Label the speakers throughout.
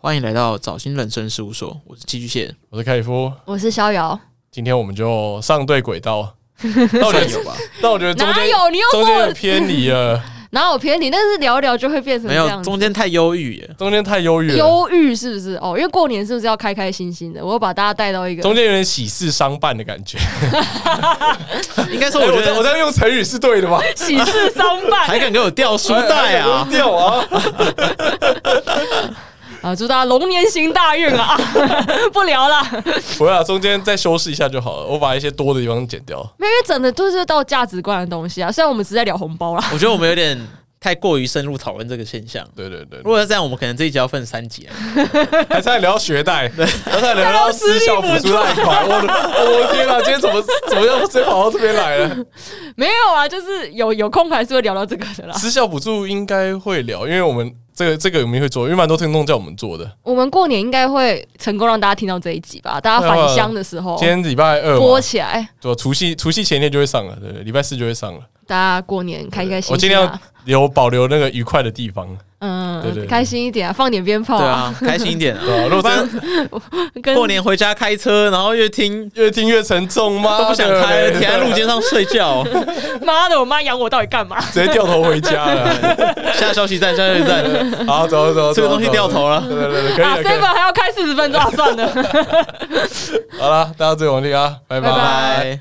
Speaker 1: 欢迎来到早新人生事务所，我是寄居 蟹，
Speaker 2: 我是凯夫，
Speaker 3: 我是逍遥，
Speaker 2: 今天我们就上对轨道，到底有吧？但我觉得中
Speaker 3: 哪
Speaker 2: 间
Speaker 3: 有你又
Speaker 2: 中
Speaker 3: 说
Speaker 2: 间有
Speaker 3: 我
Speaker 2: 偏离了，
Speaker 3: 哪有偏离？但是聊一聊就会变成
Speaker 1: 没
Speaker 3: 这
Speaker 1: 有
Speaker 3: 样子，
Speaker 1: 中间太忧郁耶，
Speaker 2: 中间太优越了，
Speaker 3: 忧郁是不是？哦，因为过年是不是要开开心心的？我又把大家带到一个
Speaker 2: 中间有点喜事伤办的感觉。
Speaker 1: 应该说
Speaker 2: 我
Speaker 1: 哎我觉
Speaker 2: 我在我
Speaker 1: 得
Speaker 2: 在用成语是对的吧？
Speaker 3: 喜事相伴
Speaker 1: 还敢给我掉书袋啊！
Speaker 2: 掉啊！
Speaker 3: 啊！祝大家龙年行大运啊！ 不聊了，
Speaker 2: 不要，中间再修饰一下就好了。我把一些多的地方剪掉。
Speaker 3: 没有，因为整的都是到价值观的东西啊。虽然我们只是在聊红包啦，
Speaker 1: 哎我觉得我们有点太过于深入讨论这个现象。
Speaker 2: 对对对
Speaker 1: 如，果是这样，我们可能这一集要分三集啊。
Speaker 2: 还差点聊到学贷，还差点聊到私校补助那一块。我的我的天啊哪，今天怎么怎么样直接跑到这边来了？
Speaker 3: 没有啊，就是有有空还是会聊到这个的啦。
Speaker 2: 私校补助应该会聊，因为我们这个这个我们会做，因为蛮多听众叫我们做的。
Speaker 3: 我们过年应该会成功让大家听到这一集吧？大家返乡的时候啊
Speaker 2: 今天礼拜二嘛
Speaker 3: 播，起来，
Speaker 2: 对吧，除夕除夕前天就会上了，对不对？礼拜四就会上了。
Speaker 3: 大家过年开开心心、啊。
Speaker 2: 我尽量留保留那个愉快的地方，
Speaker 3: 嗯，
Speaker 2: 对对对
Speaker 3: 开心一点啊，放点鞭炮
Speaker 1: 对啊，开心一点
Speaker 2: 对吧？
Speaker 1: 啊！
Speaker 2: 哦如果
Speaker 1: 不然
Speaker 2: 真的
Speaker 3: 跟
Speaker 1: 过年回家开车，然后越听
Speaker 2: 越听越沉重吗？
Speaker 1: 都不想开了，停
Speaker 2: 对
Speaker 1: 在路肩上睡 觉。
Speaker 3: 妈的，我妈养我到底干嘛？
Speaker 2: 直接掉头回家 了。
Speaker 1: 下消息站，下消息 站，
Speaker 2: 好，走走走，
Speaker 1: 这个东西
Speaker 2: 走
Speaker 1: 掉。头了。
Speaker 2: 对对对，对可
Speaker 3: 啊
Speaker 2: 以了，可以
Speaker 3: ，seven
Speaker 2: 了。
Speaker 3: 还要开四十分钟，啊算了。
Speaker 2: 好了，大家最努力啊，拜
Speaker 3: 拜
Speaker 2: 拜。
Speaker 1: 拜。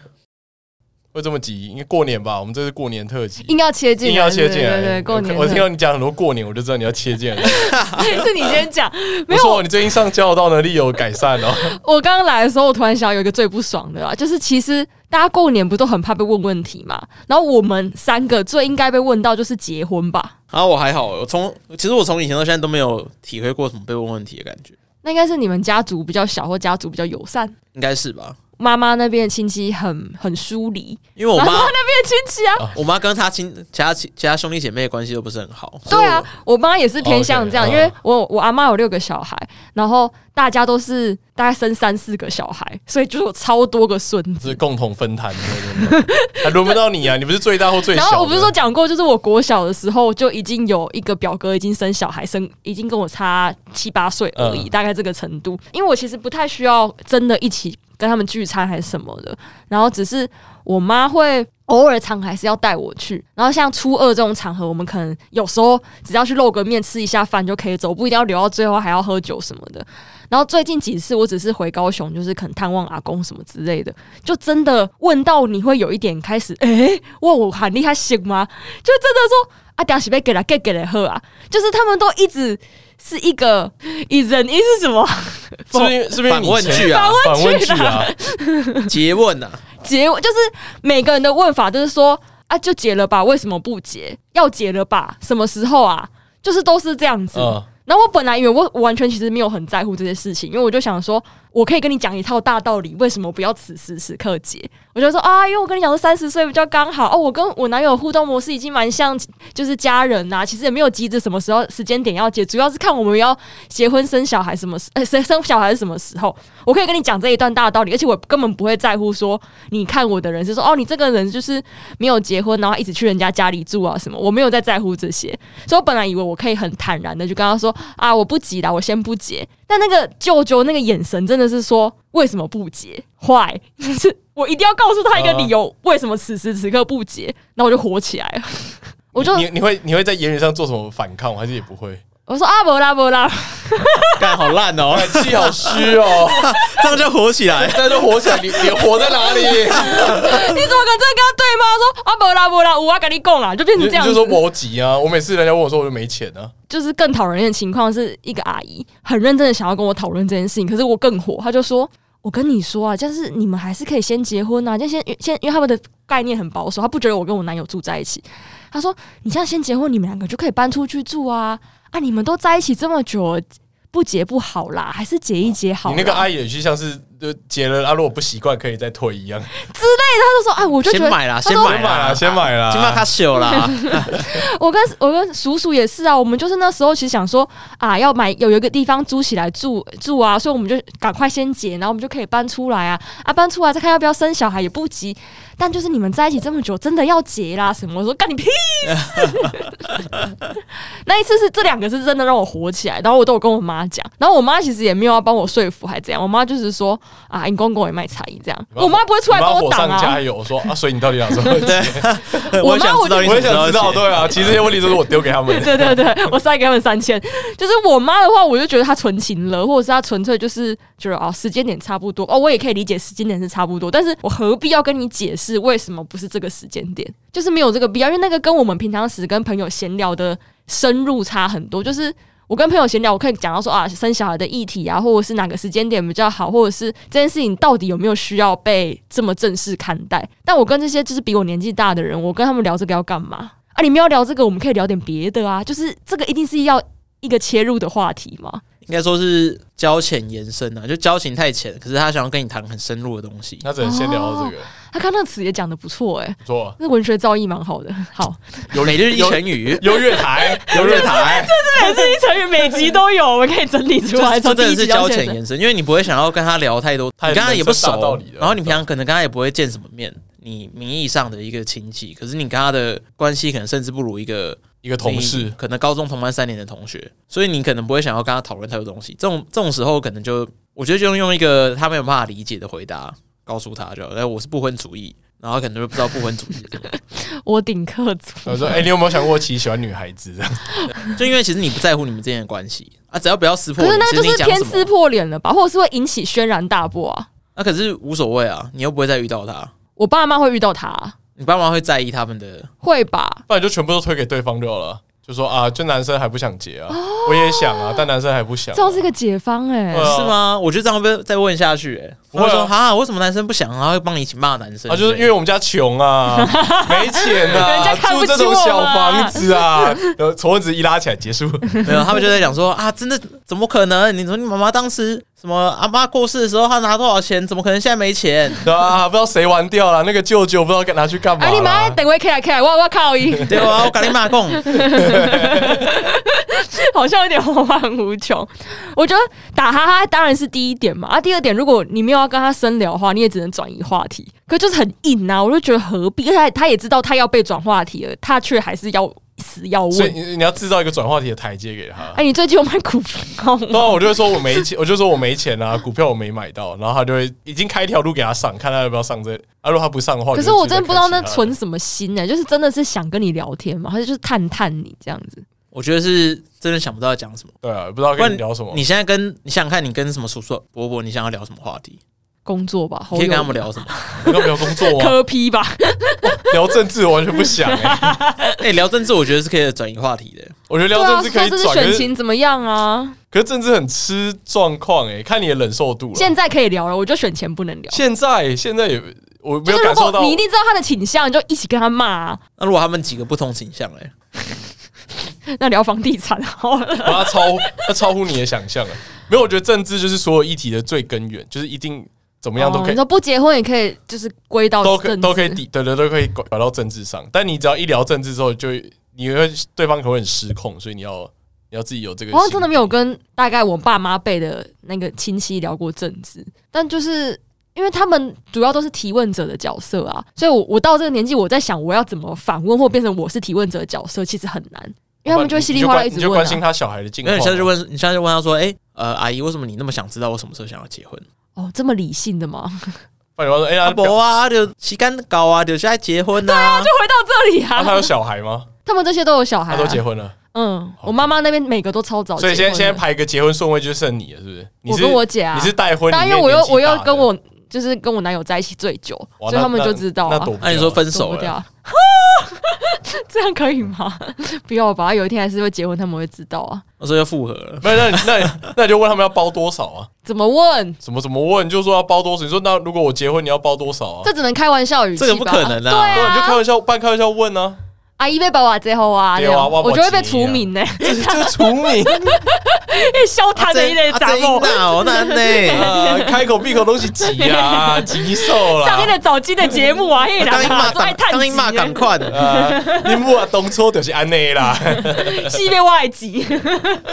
Speaker 2: 会这么急？应该过年吧？我们这是过年特辑，
Speaker 3: 硬要切进来，
Speaker 2: 硬要切进来。
Speaker 3: 对对对，过年
Speaker 2: 我听 到你讲很多过年，我就知道你要切进来。
Speaker 3: 是你先讲，
Speaker 2: 我
Speaker 3: 没有
Speaker 2: 说你最近上交流道能力有改善哦。
Speaker 3: 我刚刚来的时候，我突然想到有一个最不爽的啦，就是其实大家过年不都很怕被问问题嘛？然后我们三个最应该被问到就是结婚吧？
Speaker 1: 然后我还好，我从其实我从以前到现在都没有体会过什么被问问题的感觉，
Speaker 3: 那应该是你们家族比较小，或家族比较友善。
Speaker 1: 应该是吧？
Speaker 3: 妈妈那边的亲戚很很疏离，
Speaker 1: 因为我
Speaker 3: 然后
Speaker 1: 妈
Speaker 3: 那边的亲戚啊，
Speaker 1: 我妈跟她亲其他亲其他兄弟姐妹的关系都不是很好，
Speaker 3: 对啊，我妈也是偏向这样，
Speaker 2: 哦，OK，
Speaker 3: 因为我我阿妈有六个小孩，然后大家都是大概生三四个小孩，所以就是有超多个孙子。
Speaker 2: 是共同分摊的那种， 还轮不到你啊！你不是最大或最小
Speaker 3: 然
Speaker 2: 的？
Speaker 3: 后我不是说讲过，就是我国小的时候就已经有一个表哥已经生小孩，生已经跟我差七八岁而已，
Speaker 2: 嗯
Speaker 3: 大概这个程度。因为我其实不太需要真的一起跟他们聚餐还是什么的，然后只是我妈会。偶尔场合还是要带我去，然后像初二这种场合，我们可能有时候只要去露个面、吃一下饭就可以走，不一定要留到最后还要喝酒什么的。然后最近几次，我只是回高雄，就是可能探望阿公什么之类的，就真的问到你会有一点开始，诶、问我喊厉害行吗？就真的说啊，屌西被给了给给了喝啊，就是他们都一直是一个以人一是什么
Speaker 2: 是不是因为是不是因为
Speaker 1: 反
Speaker 2: 你
Speaker 1: 问
Speaker 2: 前
Speaker 1: 句啊，
Speaker 2: 反问句
Speaker 3: 反问句
Speaker 2: 啊？
Speaker 1: 诘问啊，
Speaker 3: 结尾，就是每个人的问法就是说啊，就结了吧，为什么不结？要结了吧，什么时候啊？就是都是这样子。
Speaker 2: 嗯，
Speaker 3: 然后我本来以为我我完全其实没有很在乎这些事情，因为我就想说，我可以跟你讲一套大道理，为什么不要此时此刻结？我就说啊，因为我跟你讲说三十岁比较刚好哦，我跟我男友的互动模式已经蛮像，就是家人呐、其实也没有急着什么时候时间点要结，主要是看我们要结婚生小孩什么时， 呃，生生小孩是什么时候。我可以跟你讲这一段大道理，而且我根本不会在乎说你看我的人是说哦，你这个人就是没有结婚，然后一直去人家家里住啊什么，我没有在在乎这些。所以我本来以为我可以很坦然的就跟他说啊，我不急啦，我先不结。但那个舅舅那个眼神真的是说，为什么不结？坏，就是 我一定要告诉他一个理由，为什么此时此刻不结？然后我就火起来了，我就
Speaker 2: 你你会你会在言语上做什么反抗，还是也不会？
Speaker 3: 我说啊，不啦不啦，
Speaker 1: 干好烂哦，
Speaker 2: 气好虚 哦，
Speaker 1: 这样就火起来。
Speaker 2: 这样就火起来，你你活在哪里？
Speaker 3: 你怎么敢这样跟他对吗？说啊，不啦不啦，我要跟 你讲啦，就变
Speaker 2: 你就
Speaker 3: 成这样
Speaker 2: 你就
Speaker 3: 子。
Speaker 2: 说我急啊！我每次人家问我说我就没钱啊，
Speaker 3: 就是更讨人厌的情况是一个阿姨很认真的想要跟我讨论这件事情，可是我更火，她就说。我跟你说啊，就是你们还是可以先结婚啊，就先先，因为他们的概念很保守，她不觉得我跟我男友住在一起。她说：“你这样先结婚，你们两个就可以搬出去住啊！啊，你们都在一起这么久了，不结不好啦，还是结一结好。”
Speaker 2: 啊你那个阿姨也去像是就结了啊，如果不习惯可以再退一样，哎
Speaker 3: 他就说：“哎，我就觉
Speaker 1: 先
Speaker 3: 得
Speaker 1: 买啦，
Speaker 3: 他
Speaker 1: 先
Speaker 3: 说
Speaker 1: 买
Speaker 2: 买
Speaker 1: 啦，
Speaker 2: 啦，先买啦，
Speaker 1: 先买卡西欧啦，
Speaker 3: 我跟我跟叔叔也是啊，我们就是那时候其实想说啊，要买有一个地方租起来住住啊，所以我们就赶快先结，然后我们就可以搬出来啊啊，搬出来再看要不要生小孩也不急。但就是你们在一起这么久，真的要结啦什么？我说干你屁事！ 那一次是这两个是真的让我火起来，然后我都有跟我妈讲，然后我妈其实也没有要帮我说服，还怎样，我妈就是说啊，你公公也卖才这样，我妈不会出来帮
Speaker 2: 帮
Speaker 3: 我挡
Speaker 2: 上加
Speaker 3: 啊，
Speaker 2: 油，我说啊，所以你到底想什 么？
Speaker 1: 我
Speaker 3: 我
Speaker 1: 也
Speaker 3: 妈
Speaker 1: 想
Speaker 3: 我
Speaker 1: 知道
Speaker 3: 就
Speaker 1: 你
Speaker 2: 我也
Speaker 1: 什么
Speaker 2: 想知
Speaker 1: 时候要
Speaker 2: 道，对啊，其实这些问题都是我丢给他们的。
Speaker 3: 对对对，我塞给他们三千，就是我妈的话，我就觉得她纯情了，或者是她纯粹就是觉得哦，时间点差不多哦，我也可以理解时间点是差不多，但是我何必要跟你解释为什么不是这个时间点？就是没有这个必要，因为那个跟我们平常时跟朋友闲聊的深入差很多，就是。我跟朋友闲聊，我可以讲到说啊，生小孩的议题啊，或者是哪个时间点比较好，或者是这件事情到底有没有需要被这么正式看待。但我跟这些就是比我年纪大的人，我跟他们聊这个要干嘛？啊，你们要聊这个，我们可以聊点别的啊，就是这个一定是要一个切入的话题嘛。
Speaker 1: 应该说是交浅言深啊，就交情太浅，可是他想要跟你谈很深入的东西。
Speaker 2: 他只能先聊到这个，啊
Speaker 3: 他刚那个词也讲的不错哎、
Speaker 2: 不错，
Speaker 3: 那文学造诣蛮好的。好，
Speaker 1: 有每日一成语，
Speaker 2: 优越 台，优越台，
Speaker 3: 对，这一成语每集都有，我们可以整理出
Speaker 1: 就
Speaker 3: 来。
Speaker 1: 是这
Speaker 3: 从第
Speaker 1: 真
Speaker 3: 一
Speaker 1: 的是
Speaker 3: 集
Speaker 1: 交
Speaker 3: 到
Speaker 1: 浅
Speaker 3: 现在，
Speaker 1: 言深，因为你不会想要跟他聊太多，
Speaker 2: 太
Speaker 1: 你跟他也不熟
Speaker 2: 人生大道理，了
Speaker 1: 然后你平常可能跟他也不会见什么面，你名义上的一个亲戚，可是你跟他的关系可能甚至不如一个
Speaker 2: 一个同
Speaker 1: 你
Speaker 2: 事，
Speaker 1: 可能高中同班三年的同学，所以你可能不会想要跟他讨论太多东西。这种这种时候，可能就我觉得就用一个他没有办法理解的回答告诉他就好，哎，我是不婚主义，然后他可能就不知道不婚主义是 什么，
Speaker 3: 我顶客组。
Speaker 2: 我说，哎，你有没有想过其实喜欢女孩子？
Speaker 1: 就因为其实你不在乎你们之间的关系啊，只要不要撕破
Speaker 3: 可是
Speaker 1: 脸，
Speaker 3: 那
Speaker 1: 其
Speaker 3: 个
Speaker 1: 实
Speaker 3: 就
Speaker 1: 你
Speaker 3: 是
Speaker 1: 讲
Speaker 3: 偏
Speaker 1: 什
Speaker 3: 撕
Speaker 1: 么，
Speaker 3: 破脸了吧，或者是会引起轩然大波啊。
Speaker 1: 那、可是无所谓啊，你又不会再遇到他，
Speaker 3: 我爸妈会遇到他、啊
Speaker 1: 你爸妈会在意他们的。
Speaker 3: 会吧？
Speaker 2: 不然就全部都推给对方就好了。就说啊，就男生还不想结啊，我也想啊，但男生还不想啊。
Speaker 3: 哦这样是一个解方哎、
Speaker 2: 对啊
Speaker 1: 是吗？我觉得这样会不会再问下去、欸？
Speaker 2: 不会啊
Speaker 1: 他说哈，为什么男生不想？然后会帮你一起骂男生
Speaker 2: 啊，就是因为我们家穷 啊，没钱
Speaker 3: 人
Speaker 2: 啊，
Speaker 3: 家看
Speaker 2: 住
Speaker 3: 不起
Speaker 2: 这
Speaker 3: 我们啊
Speaker 2: 种小房子 啊，然后仇恨值一拉起来结束。
Speaker 1: 没有，他们就在讲说啊，真的怎么可能？你说你妈妈当时什么阿妈过世的时候，她拿多少钱？怎么可能现在没钱？
Speaker 2: 对啊，不知道谁玩掉了，那个舅舅不知道该拿去干嘛
Speaker 3: 哎、
Speaker 2: 啦。
Speaker 3: 你妈等我 K 来 K 来，我我靠一，
Speaker 1: 对啊，我跟你妈讲，
Speaker 3: 好像有点后患无穷。我觉得打哈哈当然是第一点嘛，啊，第二点，如果你没有要跟他深聊的话，你也只能转移话题，可就是很硬啊，我就觉得何必？而且他也知道他要被转话题了，他却还是要死要
Speaker 2: 所以
Speaker 3: 问。
Speaker 2: 你你要制造一个转话题的台阶给他。
Speaker 3: 哎，你最近有买股票
Speaker 2: 对
Speaker 3: 吗？
Speaker 2: 啊，我就会说我没钱，我就说我没钱啊，股票我没买到，然后他就会已经开一条路给他上，看他要不要上这。啊，如果他不上的话，
Speaker 3: 可是
Speaker 2: 就
Speaker 3: 我
Speaker 2: 直接
Speaker 3: 真的不知道那
Speaker 2: 开其他的
Speaker 3: 存什么心呢、欸就是真的是想跟你聊天嘛，还是就是探探你这样子？
Speaker 1: 我觉得是真的想不到讲什么。
Speaker 2: 对啊，不知道
Speaker 1: 不
Speaker 2: 跟
Speaker 1: 然
Speaker 2: 你聊什么。
Speaker 1: 你现在跟你想想看，你跟什么叔叔伯伯，你想要聊什么话题？
Speaker 3: 工作吧，
Speaker 2: 啊
Speaker 1: 你可以跟他们聊什么？
Speaker 2: 你都没有工作吗？
Speaker 3: 科批吧，
Speaker 2: 聊政治我完全不想哎、
Speaker 1: 哎、聊政治，我觉得是可以转移话题的。
Speaker 2: 我觉得
Speaker 3: 对
Speaker 2: 聊政
Speaker 3: 啊，
Speaker 2: 治可
Speaker 3: 上
Speaker 2: 以
Speaker 3: 次
Speaker 2: 转，可
Speaker 3: 选
Speaker 2: 是
Speaker 3: 情怎么样啊？
Speaker 2: 可是政治很吃状况哎，看你的忍受度了。
Speaker 3: 现在可以聊了，我就选前不能聊。
Speaker 2: 现在现在也我没
Speaker 3: 就
Speaker 2: 有
Speaker 3: 是如
Speaker 2: 感受
Speaker 3: 果
Speaker 2: 到，
Speaker 3: 你一定知道他的倾向，你就一起跟他骂、啊。
Speaker 1: 那如果他们几个不同倾向哎嘞，
Speaker 3: 那聊房地产好了，
Speaker 2: 哇，它超它超乎你的想象了。没有，我觉得政治就是所有议题的最根源，就是一定怎么样都可
Speaker 3: 哦你
Speaker 2: 以。
Speaker 3: 说不结婚也可以，就是归到
Speaker 2: 都可
Speaker 3: 哦政治
Speaker 2: 都可以抵，对对，都可以拐拐到政治上。但你只要一聊政治之后，就会你会对方可能会很失控，所以你要你要自己有这个心。
Speaker 3: 我好像真的没有跟大概我爸妈辈的那个亲戚聊过政治，但就是因为他们主要都是提问者的角色啊，所以我我到这个年纪，我在想我要怎么反问或变成我是提问者的角色，其实很难，因为他们就会稀里哗啦一
Speaker 2: 你
Speaker 3: 直
Speaker 2: 就
Speaker 3: 问、
Speaker 2: 关心
Speaker 3: 啊。
Speaker 2: 他小孩的近
Speaker 1: 那
Speaker 2: 况啊。
Speaker 1: 你下次就问，你下次就问他说，哎、呃，阿姨，为什么你那么想知道我什么时候想要结婚？
Speaker 3: 哦，这么理性的吗？就
Speaker 2: 不然你问说，哎
Speaker 1: 阿
Speaker 2: 呀，
Speaker 1: 伯啊，就旗杆搞啊，就现在结婚呐、啊。
Speaker 3: 回到这里
Speaker 2: 啊
Speaker 3: 啊，
Speaker 2: 他有小孩吗？
Speaker 3: 他们这些都有小孩、
Speaker 2: 他
Speaker 3: 啊，
Speaker 2: 都结婚了，
Speaker 3: 嗯，我妈妈那边每个都超早结
Speaker 2: 所以
Speaker 3: 婚的，
Speaker 2: 现在现在排一个结婚顺位就剩你了，是不是？你
Speaker 3: 我
Speaker 2: 是
Speaker 3: 跟我姐啊，
Speaker 2: 你是带婚里
Speaker 3: 但
Speaker 2: 面
Speaker 3: 因
Speaker 2: 年
Speaker 3: 为
Speaker 2: 纪
Speaker 3: 我
Speaker 2: 大的，
Speaker 3: 又我又跟我就是跟我男友在一起最久，
Speaker 2: 哇，
Speaker 3: 所以
Speaker 2: 那
Speaker 3: 他们就知道
Speaker 2: 那
Speaker 3: 啊
Speaker 2: 那，躲不
Speaker 1: 那、你
Speaker 2: 掉
Speaker 1: 说
Speaker 2: 啊
Speaker 1: 分
Speaker 3: 走
Speaker 1: 手
Speaker 3: 不
Speaker 1: 了，
Speaker 3: 掉。 这样可以吗？ 不要吧，有一天还是会结婚，他们会知道啊。
Speaker 1: 我说要复合了。
Speaker 2: 没有，那你那你那你就问他们要包多少啊？
Speaker 3: 怎么问？
Speaker 2: 怎么怎么问？就说要包多少？你说那如果我结婚，你要包多少啊？
Speaker 3: 这只能开玩笑语气吧
Speaker 1: 这个不可能啊
Speaker 2: 对啊，你就开
Speaker 3: 对啊，
Speaker 2: 玩笑，半开玩笑问啊，
Speaker 3: 阿姨被爸爸最后啊，
Speaker 2: 对啊
Speaker 3: 这样
Speaker 2: 我
Speaker 3: 我
Speaker 2: 我
Speaker 3: 就会被
Speaker 2: 急啊
Speaker 3: 除名呢。
Speaker 2: 这是这是除名，
Speaker 3: 欸 笑他
Speaker 1: 啊
Speaker 3: 的一类杂
Speaker 1: 真
Speaker 3: 某，
Speaker 1: 好难 呢。
Speaker 2: 啊，开口闭口都是急啊，急瘦
Speaker 3: 上
Speaker 2: 啦。
Speaker 3: 那个早期的节目啊，嘿，
Speaker 1: 刚一骂
Speaker 3: 都爱
Speaker 1: 赶，
Speaker 3: 叹
Speaker 1: 刚一
Speaker 3: 气
Speaker 1: 骂赶
Speaker 3: 欸，
Speaker 1: 快，
Speaker 2: 啊，你母啊，当初就是安内啦。
Speaker 3: 系列外籍。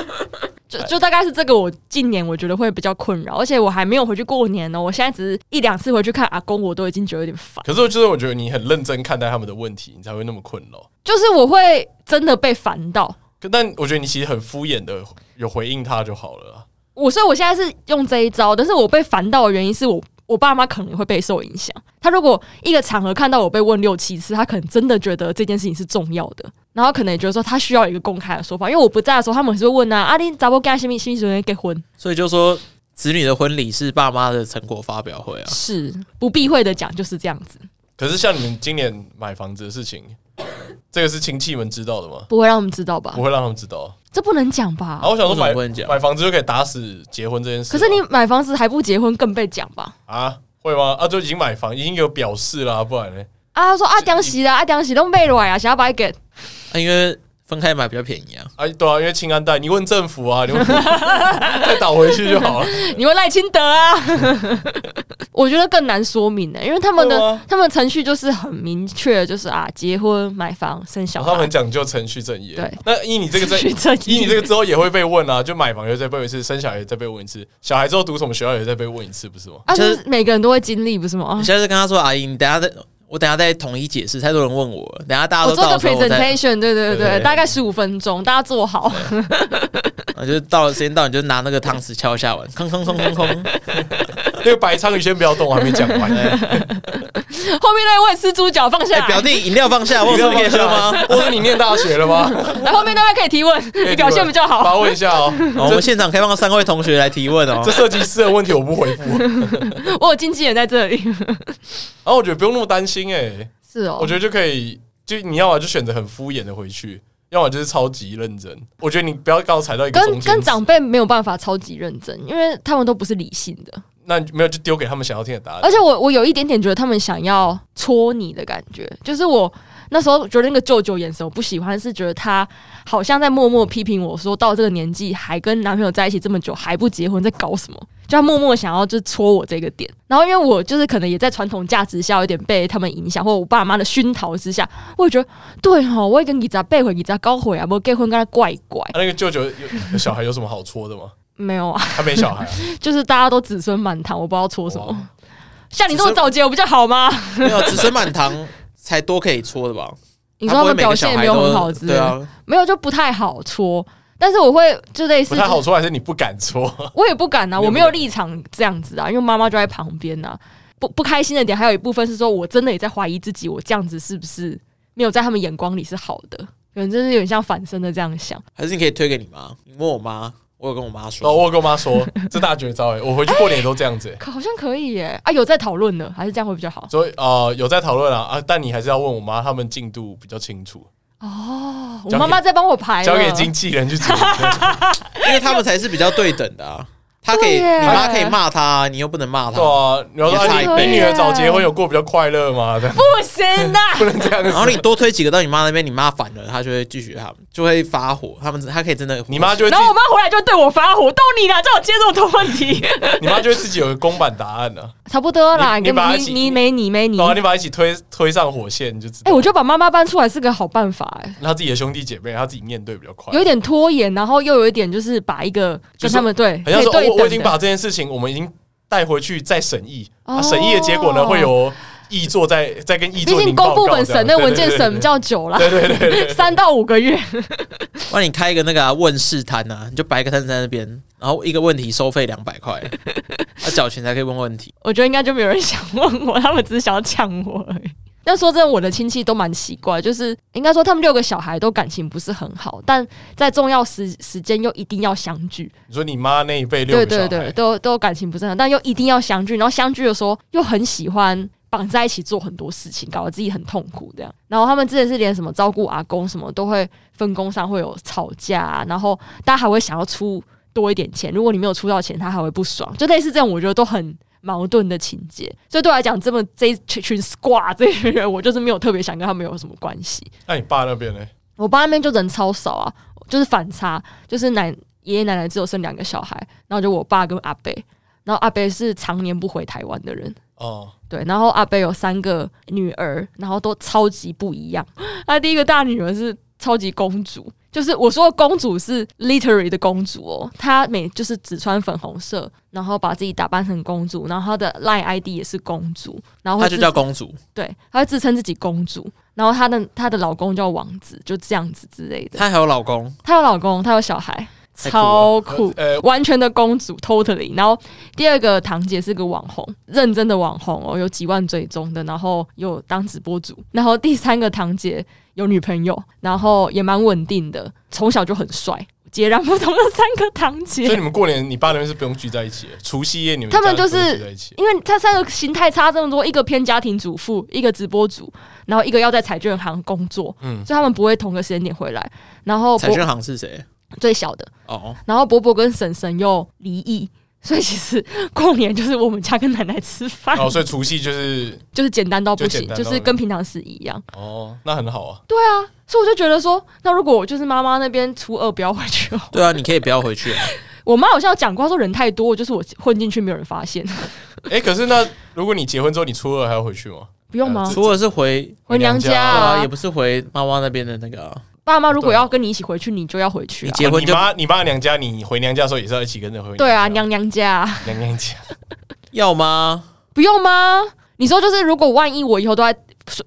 Speaker 3: 就就大概是这个，我近年我觉得会比较困扰，而且我还没有回去过年哦呢。我现在只是一两次回去看阿公，我都已经觉得有点烦。
Speaker 2: 可是我就是我觉得你很认真看待他们的问题，你才会那么困扰。
Speaker 3: 就是我会真的被烦到，
Speaker 2: 可但我觉得你其实很敷衍的有回应他就好了啊。
Speaker 3: 我所以我现在是用这一招，但是我被烦到的原因是我我爸妈可能会被受影响。他如果一个场合看到我被问六七次，他可能真的觉得这件事情是重要的，然后可能也觉得说他需要一个公开的说法，因为我不在的时候，他们是会问啊，阿林咋不跟他新新人结婚？
Speaker 1: 所以就说子女的婚礼是爸妈的成果发表会啊。
Speaker 3: 是不避讳的讲，就是这样子，
Speaker 2: 可是像你们今年买房子的事情，这个是亲戚们知道的吗？
Speaker 3: 不会让我们知道吧
Speaker 2: 不？会让他们知道。
Speaker 3: 这不能讲吧
Speaker 2: 然？后我想说
Speaker 1: 为什么
Speaker 2: 买
Speaker 1: 不能讲
Speaker 2: 买房子就可以打死结婚这件事
Speaker 3: 可
Speaker 2: 吗。
Speaker 3: 是你买房子还不结婚，更被讲吧？
Speaker 2: 啊，会吗？啊，就已经买房，已经有表示啦，不然呢？
Speaker 3: 啊，他说啊，江西啦，啊，江西都被软啊，想要把给
Speaker 1: 啊因为分开买比较便宜啊。
Speaker 2: 啊，对啊，因为清安贷，你问政府 啊，你问再倒回去就好了。
Speaker 3: 你问赖清德啊？ 我觉得更难说明欸呢、因为他们
Speaker 2: 对
Speaker 3: 的
Speaker 2: 啊
Speaker 3: 他们程序就是很明确，就是啊，结婚、买房、生小
Speaker 2: 然哦后他们
Speaker 3: 孩
Speaker 2: 很。讲究程序正义。
Speaker 3: 对，
Speaker 2: 那依你这个正
Speaker 3: 程序正义
Speaker 2: 依你这个之后也会被问啊，就买房又再被问一次，生小孩也再被问一次，小孩之后读什么学校也再被问一次，不是吗？
Speaker 3: 啊，就
Speaker 1: 就是
Speaker 3: 是每个人都会经历，不是吗？啊
Speaker 1: 你下次跟他说：“阿姨，你等下再，我等下再统一解释。”太多人问我了，等下大家
Speaker 3: 哦我
Speaker 1: 都
Speaker 3: 做
Speaker 1: 到
Speaker 3: 个
Speaker 1: 的时候我再，
Speaker 3: presentation，对对对
Speaker 2: 对对对
Speaker 3: 大概十五分钟，大家做好。
Speaker 1: 啊，就是到了时间到，你就拿那个汤匙敲一下碗，空空空空 空。
Speaker 2: 那个白鲳鱼先不要动，我还没讲完。
Speaker 3: 后面那位吃猪脚放下
Speaker 1: 哎，
Speaker 3: 来，
Speaker 1: 表弟，饮料放 下，我有什么可以喝 吗？
Speaker 2: 或者你念大学了吗？ 哎
Speaker 3: 然后后面那位可以提问，你 表现比较
Speaker 2: 发
Speaker 3: 好。
Speaker 2: 问一下哦。
Speaker 1: 哦我们现场开放三位同学来提问 哦
Speaker 2: 这。设计师的问题我不 回复，然
Speaker 3: 我有经纪人在这里，
Speaker 2: 后我觉得不用那么担心哎、
Speaker 3: 是哦
Speaker 2: 我。觉得就可以，就你要么就选择很敷衍的回去，要么就是超级认真。我觉得你不要刚好踩到一个中
Speaker 3: 跟
Speaker 2: 间值
Speaker 3: 跟长辈没有办法超级认真，因为他们都不是理性的，
Speaker 2: 那你没有就丢给他们想要听的答案
Speaker 3: 而。且我我有一点点觉得他们想要戳你的感觉，就是我那时候觉得那个舅舅眼神我不喜欢，是觉得他好像在默默批评我说，到这个年纪还跟男朋友在一起这么久还不结婚，在搞什么？就他默默想要就戳我这个点，然后因为我就是可能也在传统价值下有点被他们影响，或者我爸妈的熏陶之下，我也觉得对哈、哦，我也跟你咋背回你咋搞回啊，我结婚跟他怪怪
Speaker 2: 啊、那个舅舅有有小孩有什么好戳的吗？
Speaker 3: 没有啊，
Speaker 2: 他没小 孩、啊，哦
Speaker 3: 就是大家都子孙满堂，我不知道戳什
Speaker 2: 哇
Speaker 3: 么。像你这种早结，我不就好吗？
Speaker 1: 没有子孙满堂才多可以搓的吧？
Speaker 3: 你说他们表现也没有很好
Speaker 1: 他
Speaker 3: 之
Speaker 1: 不
Speaker 3: 类
Speaker 1: 会每个小
Speaker 3: 的
Speaker 1: 孩都对啊，
Speaker 3: 没有就不太好戳，但是我会就类似
Speaker 2: 不，太好戳，还是你不敢 戳？
Speaker 3: 我也不敢啊，
Speaker 2: 你也不敢
Speaker 3: 我没有立场这样子啊，因为妈妈就在旁边啊。不不开心的点还有一部分是说，我真的也在怀疑自己，我这样子是不是没有在他们眼光里是好的？可能就是有点像反身的这样想。
Speaker 1: 还是你可以推给你妈？你问我妈，我有跟我妈
Speaker 2: 哦，
Speaker 1: 说，
Speaker 2: 我有跟我妈说，这大绝招哎、我回去过年也都这样子、欸。
Speaker 3: 可好像可以耶、啊，有在讨论的，还是这样会比较好
Speaker 2: 所以呃，有在讨论啊啊，但你还是要问我妈，他们进度比较清楚，
Speaker 3: 哦。我
Speaker 2: 交给
Speaker 3: 妈妈在帮我排了，
Speaker 2: 交给经纪人去处理。
Speaker 1: 因为他们才是比较对等的啊。他可以，
Speaker 3: 对耶
Speaker 1: 你妈可以骂他，你又不能骂
Speaker 2: 对
Speaker 1: 他。
Speaker 2: 啊，你要说
Speaker 1: 也差
Speaker 2: 啊
Speaker 1: 一
Speaker 2: 你
Speaker 1: 倍
Speaker 2: 你女儿早结婚有过比较快乐吗？ 这样
Speaker 3: 不行啊啦、
Speaker 2: 不能这样
Speaker 1: 然后
Speaker 2: 子，
Speaker 1: 你多推几个到你妈那边，你妈反了，她就会拒绝他们，就会发火。他们她可以真的，
Speaker 2: 你妈就会自
Speaker 3: 然后我妈回来就对我发火，逗你啦，叫我接这种问题，
Speaker 2: 你妈就会自己有个公版答案了、
Speaker 3: 差不多啦。
Speaker 2: 你
Speaker 3: 跟
Speaker 2: 你把它
Speaker 3: 你你没你没你，
Speaker 2: 然后你把她一起推推上火线，你就知
Speaker 3: 嗯哎、
Speaker 2: 道。
Speaker 3: 我觉得把妈妈搬出来是个好办法、哎，
Speaker 2: 他自己的兄弟姐妹，他自己面对比较快。
Speaker 3: 有一点拖延，然后又有一点就是把一个跟他们对，
Speaker 2: 好像
Speaker 3: 可
Speaker 2: 说，
Speaker 3: 以
Speaker 2: 哦
Speaker 3: 对等
Speaker 2: 我我已经
Speaker 3: 的
Speaker 2: 把这件事情，我们已经带回去再审议。
Speaker 3: 哦
Speaker 2: 啊审议的结果呢，会有译作在在跟译
Speaker 3: 毕
Speaker 2: 作
Speaker 3: 竟
Speaker 2: 您
Speaker 3: 公
Speaker 2: 报
Speaker 3: 部
Speaker 2: 告
Speaker 3: 门
Speaker 2: 这样。
Speaker 3: 审那文件审比较久啦，
Speaker 2: 对对对对对，
Speaker 3: 三到五个月。
Speaker 1: 帮你开一个那个、啊、问世摊啊，你就摆一个摊在那边，然后一个问题收费两百 块，他缴钱才可以问问题。
Speaker 3: 我觉得应该就没有人想问我，他们只是想要抢我而已。但说真的，我的亲戚都蛮奇怪，就是应该说他们六个小孩都感情不是很好，但在重要时时间又一定要相聚。
Speaker 2: 你说你妈那一辈六
Speaker 3: 对
Speaker 2: 个小
Speaker 3: 对
Speaker 2: 孩，
Speaker 3: 对，都都感情不是很好，但又一定要相聚，然后相聚的时候又很喜欢绑在一起做很多事情，搞得自己很痛苦这样。然后他们之前是连什么照顾阿公什么都会分工上会有吵架、啊，然后大家还会想要出多一点钱，如果你没有出到钱，他还会不爽，就类似这种，我觉得都很。矛盾的情节，所以对我来讲，这么这一群群 squad 这群人，我就是没有特别想跟他们有什么关系。
Speaker 2: 那你爸那边呢？
Speaker 3: 我爸那边就人超少啊，就是反差，就是奶爷爷奶奶只有生两个小孩，然后就我爸跟阿伯，然后阿伯是常年不回台湾的人。
Speaker 2: 哦，
Speaker 3: 对，然后阿贝有三个女儿，然后都超级不一样。他第一个大女儿是超级公主，就是我说的公主是 literary 的公主哦，她每就是只穿粉红色，然后把自己打扮成公主，然后她的 line ID 也是公主，然后
Speaker 1: 她
Speaker 3: 会
Speaker 1: 就
Speaker 3: 自
Speaker 1: 叫公主，
Speaker 3: 对，她会自称自己公主，然后她的她的老公叫王子，就这样子之类的。
Speaker 1: 她还有老公，
Speaker 3: 她有老公，她有小孩，
Speaker 1: 太酷了
Speaker 3: 超酷。
Speaker 2: 呃，
Speaker 3: 完全的公主，totally。然后第二个堂姐是个网红，认真的网红哦，有几万追踪的，然后有当直播主。然后第三个堂姐有女朋友，然后也蛮稳定的，从小就很帅，截然不同的三个堂
Speaker 2: 所以
Speaker 3: 姐。
Speaker 2: 你们过年，你爸那边是不用聚在一起的，除夕夜你们
Speaker 3: 他们
Speaker 2: 家
Speaker 3: 就是
Speaker 2: 不用聚在一起。
Speaker 3: 因为他三个形态差这么多，一个偏家庭主妇，一个直播主，然
Speaker 1: 嗯
Speaker 3: 后一个要在彩券行工作，
Speaker 2: 嗯
Speaker 3: 所以他们不会同个时间点回来。然后
Speaker 1: 彩
Speaker 3: 伯
Speaker 1: 券行是谁？
Speaker 3: 最小的，
Speaker 1: 哦，
Speaker 3: 然后伯伯跟婶婶又离异， 所以其实过年就是我们家跟奶奶吃饭，
Speaker 2: 哦，所以除夕就是
Speaker 3: 就是简单到不
Speaker 2: 就
Speaker 3: 行
Speaker 2: 简，单到
Speaker 3: 就
Speaker 2: 不
Speaker 3: 是
Speaker 2: 行
Speaker 3: 跟平常时一样。
Speaker 2: 哦，那很好啊。
Speaker 3: 对啊，所以我就觉得说，那如果我就是妈妈那边初二不要回去哦，
Speaker 1: 对啊，你可以不要回去啊。
Speaker 3: 我妈好像有讲过，她说人太多，就是我混进去没有人发现，
Speaker 2: 哎、可是那如果你结婚之后，你初二还要回去吗？
Speaker 3: 不用吗
Speaker 2: 呃？
Speaker 1: 除了是回
Speaker 3: 回娘
Speaker 2: 回娘家
Speaker 3: 家
Speaker 1: 对啊，
Speaker 3: 哦啊
Speaker 1: 也，不是回妈妈那边的那个啊、
Speaker 3: 爸妈如果要跟你一起回去，你就要回去
Speaker 1: 你
Speaker 3: 啊。
Speaker 1: 结婚
Speaker 2: 你
Speaker 1: 就
Speaker 2: 妈你爸娘家，你回娘家的时候也是要一起跟着回。
Speaker 3: 对啊，娘娘家啊、
Speaker 2: 娘娘家，
Speaker 1: 要吗？
Speaker 3: 不用吗？你说就是，如果万一我以后都在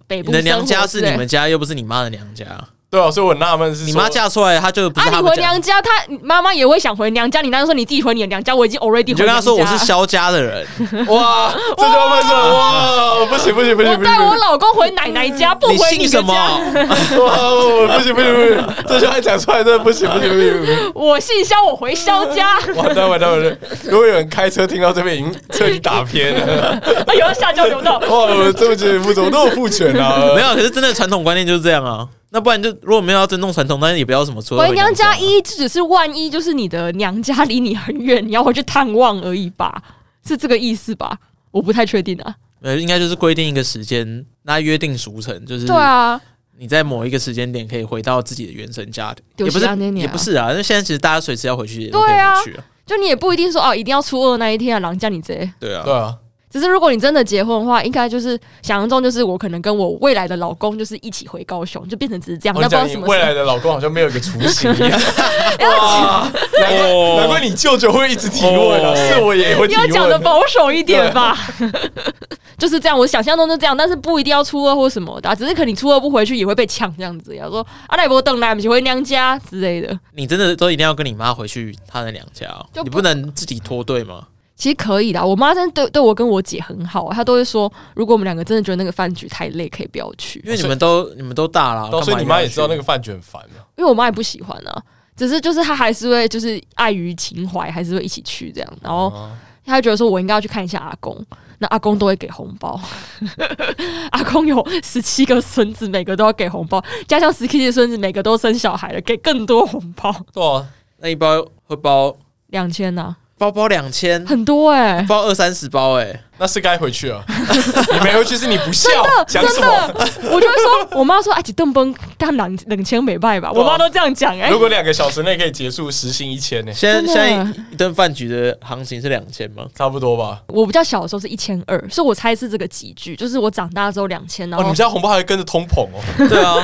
Speaker 3: 北
Speaker 1: 你
Speaker 3: 部，
Speaker 1: 的娘家是你们。家，又不是你妈的娘家。
Speaker 2: 对啊，所以我很纳闷是
Speaker 1: 你
Speaker 2: 说
Speaker 1: 妈嫁出来，她就不
Speaker 3: 啊，
Speaker 1: 是
Speaker 3: 你
Speaker 1: 他
Speaker 3: 回
Speaker 1: 们家。
Speaker 3: 娘家，她妈妈也会想回娘家。你难道说你自己回你的娘家？我已经 already
Speaker 1: 你
Speaker 3: 回
Speaker 1: 就跟她说我
Speaker 3: 娘家
Speaker 1: 是萧家的 人，
Speaker 2: 哇，这就要分手哇！不行不行不行
Speaker 3: 我
Speaker 2: 不
Speaker 3: 带
Speaker 2: 行，
Speaker 3: 我老公回奶奶家，不
Speaker 1: 你
Speaker 3: 回
Speaker 1: 姓
Speaker 3: 的
Speaker 1: 什
Speaker 3: 家。
Speaker 1: 么？
Speaker 2: 哇，不行不行不行，这句话讲出来真的不行不行不行不行，
Speaker 3: 我姓肖，我回肖家。
Speaker 2: 完蛋完蛋完蛋！如果有人开车听到这边，已经彻底打偏了。
Speaker 3: 哎呦，下交流道。
Speaker 2: 哇，我这么久也不怎么那么父权啊？
Speaker 1: 没有，可是真的传统观念就是这样啊。那不然就如果没有要尊重传统，但是也不要什么除了
Speaker 3: 回娘
Speaker 1: 家
Speaker 3: 家一这只是万一，就是你的娘家离你很远，你要回去探望而已吧？是这个意思吧？我不太确定啊。
Speaker 1: 呃，应该就是规定一个时间，那约定俗成，就是
Speaker 3: 对啊，
Speaker 1: 你在某一个时间点可以回到自己的原生家庭，
Speaker 3: 就
Speaker 1: 也不
Speaker 3: 是
Speaker 1: 是
Speaker 3: 那年啊
Speaker 1: 也不是啊。那现在其实大家随时要回去也都可以
Speaker 3: 对啊
Speaker 1: 回去啊，
Speaker 3: 就你也不一定说哦，一定要初二那一天啊，狼叫你贼。
Speaker 1: 对啊
Speaker 2: 对。啊，
Speaker 3: 只是如果你真的结婚的话，应该就是想象中就是我可能跟我未来的老公就是一起回高雄，就变成只是这样，
Speaker 2: 我
Speaker 3: 那不知道
Speaker 2: 讲你
Speaker 3: 什么
Speaker 2: 未
Speaker 3: 时候
Speaker 2: 来的老公好像没有一个雏形一样。哇，难怪难怪你舅舅会一直提问啊，
Speaker 1: 哦
Speaker 2: 是我也会
Speaker 3: 你
Speaker 2: 提
Speaker 3: 要讲的
Speaker 2: 问。
Speaker 3: 保守一点吧， 就是这样。我想象中就这样，但是不一定要初二或什么的啊、只是可能你初二不回去也会被抢这样子。要说啊阿赖伯等来，我们回娘家之类的，
Speaker 1: 你真的都一定要跟你妈回去她的娘家哦、
Speaker 3: 就不
Speaker 1: 你不能自己脱队吗？
Speaker 3: 其实可以的啊。我妈真的对对我跟我姐很好、啊，她都会说，如果我们两个真的觉得那个饭局太累，可以不要去，
Speaker 2: 哦
Speaker 1: 因为你们都你们都大了，
Speaker 2: 到时
Speaker 1: 干嘛
Speaker 2: 候哦你
Speaker 1: 一定要
Speaker 2: 妈也知道
Speaker 1: 去
Speaker 2: 那个饭局很烦啊。
Speaker 3: 因为我妈也不喜欢啊。只是就是她还是会就是碍于情怀，还是会一起去这样。然后
Speaker 2: 哦，
Speaker 3: 她就觉得说我应该要去看一下阿公，那阿公都会给红包。 阿公有十七个孙子，每个都要给红包，加上 s k i 的孙子，每个都生小孩了，给更多红包，
Speaker 2: 对啊，
Speaker 1: 那一包会包
Speaker 3: 两千呐，
Speaker 1: 包包两千，
Speaker 3: 很多哎、
Speaker 1: 包二三十包哎、
Speaker 2: 那是该回去了。你没回去是你不孝，讲什
Speaker 3: 真
Speaker 2: 么？
Speaker 3: 的，我就会说，我妈说，哎，几顿崩，但冷冷千美拜吧，
Speaker 2: 对啊
Speaker 3: 我妈都这样讲哎、
Speaker 2: 如果两个小时内可以结束，时薪一千呢，
Speaker 1: 现在
Speaker 3: 真的
Speaker 1: 现在一顿饭局的行情是两千 吗？
Speaker 2: 差不多吧？
Speaker 3: 我比较小的时候是一千二，所以我猜是这个集聚，就是我长大之后两千，然
Speaker 2: 哦，你
Speaker 3: 后
Speaker 2: 们家红包还会跟着通膨哦，
Speaker 1: 对啊，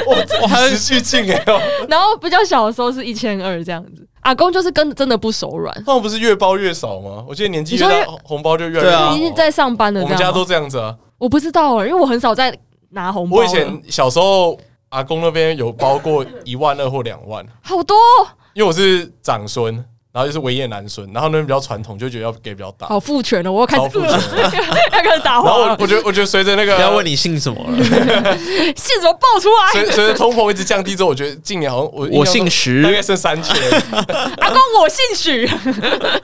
Speaker 1: 我还
Speaker 2: 持续进哎哦，
Speaker 3: 然后比较小的时候是一千二这样子。阿公就是跟真的不手软，
Speaker 2: 那不是越包越少吗？我记得年纪越
Speaker 3: 你
Speaker 2: 大
Speaker 3: 说，
Speaker 2: 红包就越来越
Speaker 1: 对啊
Speaker 2: 少。
Speaker 3: 已经在上班了
Speaker 2: 哦我
Speaker 3: 这
Speaker 2: 们
Speaker 3: 样
Speaker 2: 家
Speaker 3: 吗。
Speaker 2: 都这样子啊。
Speaker 3: 我不知道哎、因为我很少在拿红包了。
Speaker 2: 我以前小时候，阿公那边有包过一万二或两万，
Speaker 3: 好多哦
Speaker 2: 因为我是长孙，然后就是唯一的男孙，然后那边比较传统，就觉得要给比较大。
Speaker 3: 好父权了，我又开始
Speaker 2: 超父权
Speaker 3: 要开始打
Speaker 2: 然后
Speaker 3: 滑
Speaker 2: 我
Speaker 3: 了，
Speaker 2: 我觉得，我觉得随着那个
Speaker 1: 不要问你姓什么 了，
Speaker 3: 信怎么爆出来？
Speaker 2: 随随着通膨一直降低之后，我觉得近年好像我
Speaker 1: 我姓
Speaker 2: 印象中大概
Speaker 1: 石，
Speaker 2: 剩三千，
Speaker 3: 阿公，我姓许，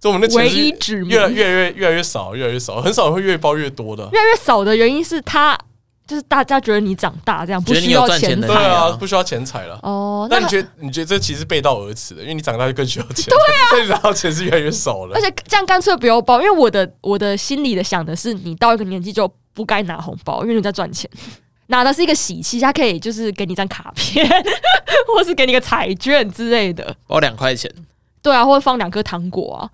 Speaker 2: 所以我们的钱
Speaker 3: 唯
Speaker 2: 是
Speaker 3: 一指名
Speaker 2: 越来越来越越来越少，越来越少，很少人会越包越多的。
Speaker 3: 越来越少的原因是他就是大家觉得你长大这样，不
Speaker 1: 觉得你
Speaker 3: 需
Speaker 1: 有
Speaker 3: 要
Speaker 1: 赚钱能
Speaker 2: 对
Speaker 1: 力
Speaker 3: 财
Speaker 2: 啊，
Speaker 1: 啊
Speaker 2: 不需要钱财了。
Speaker 3: 哦。
Speaker 2: 那
Speaker 3: 那
Speaker 2: 你觉得你觉得这其实背道而驰的，因为你长大就更需要钱，对啊，所以你拿到钱是越来越少了
Speaker 3: 而。且这样干脆不要包，因为我的我的心里的想的是，你到一个年纪就不该拿红包，因为你在赚钱。拿的是一个喜气，他可以就是给你一张卡片， 或是给你个彩券之类的。
Speaker 1: 包两块钱
Speaker 3: 对啊，或者放两颗糖果啊。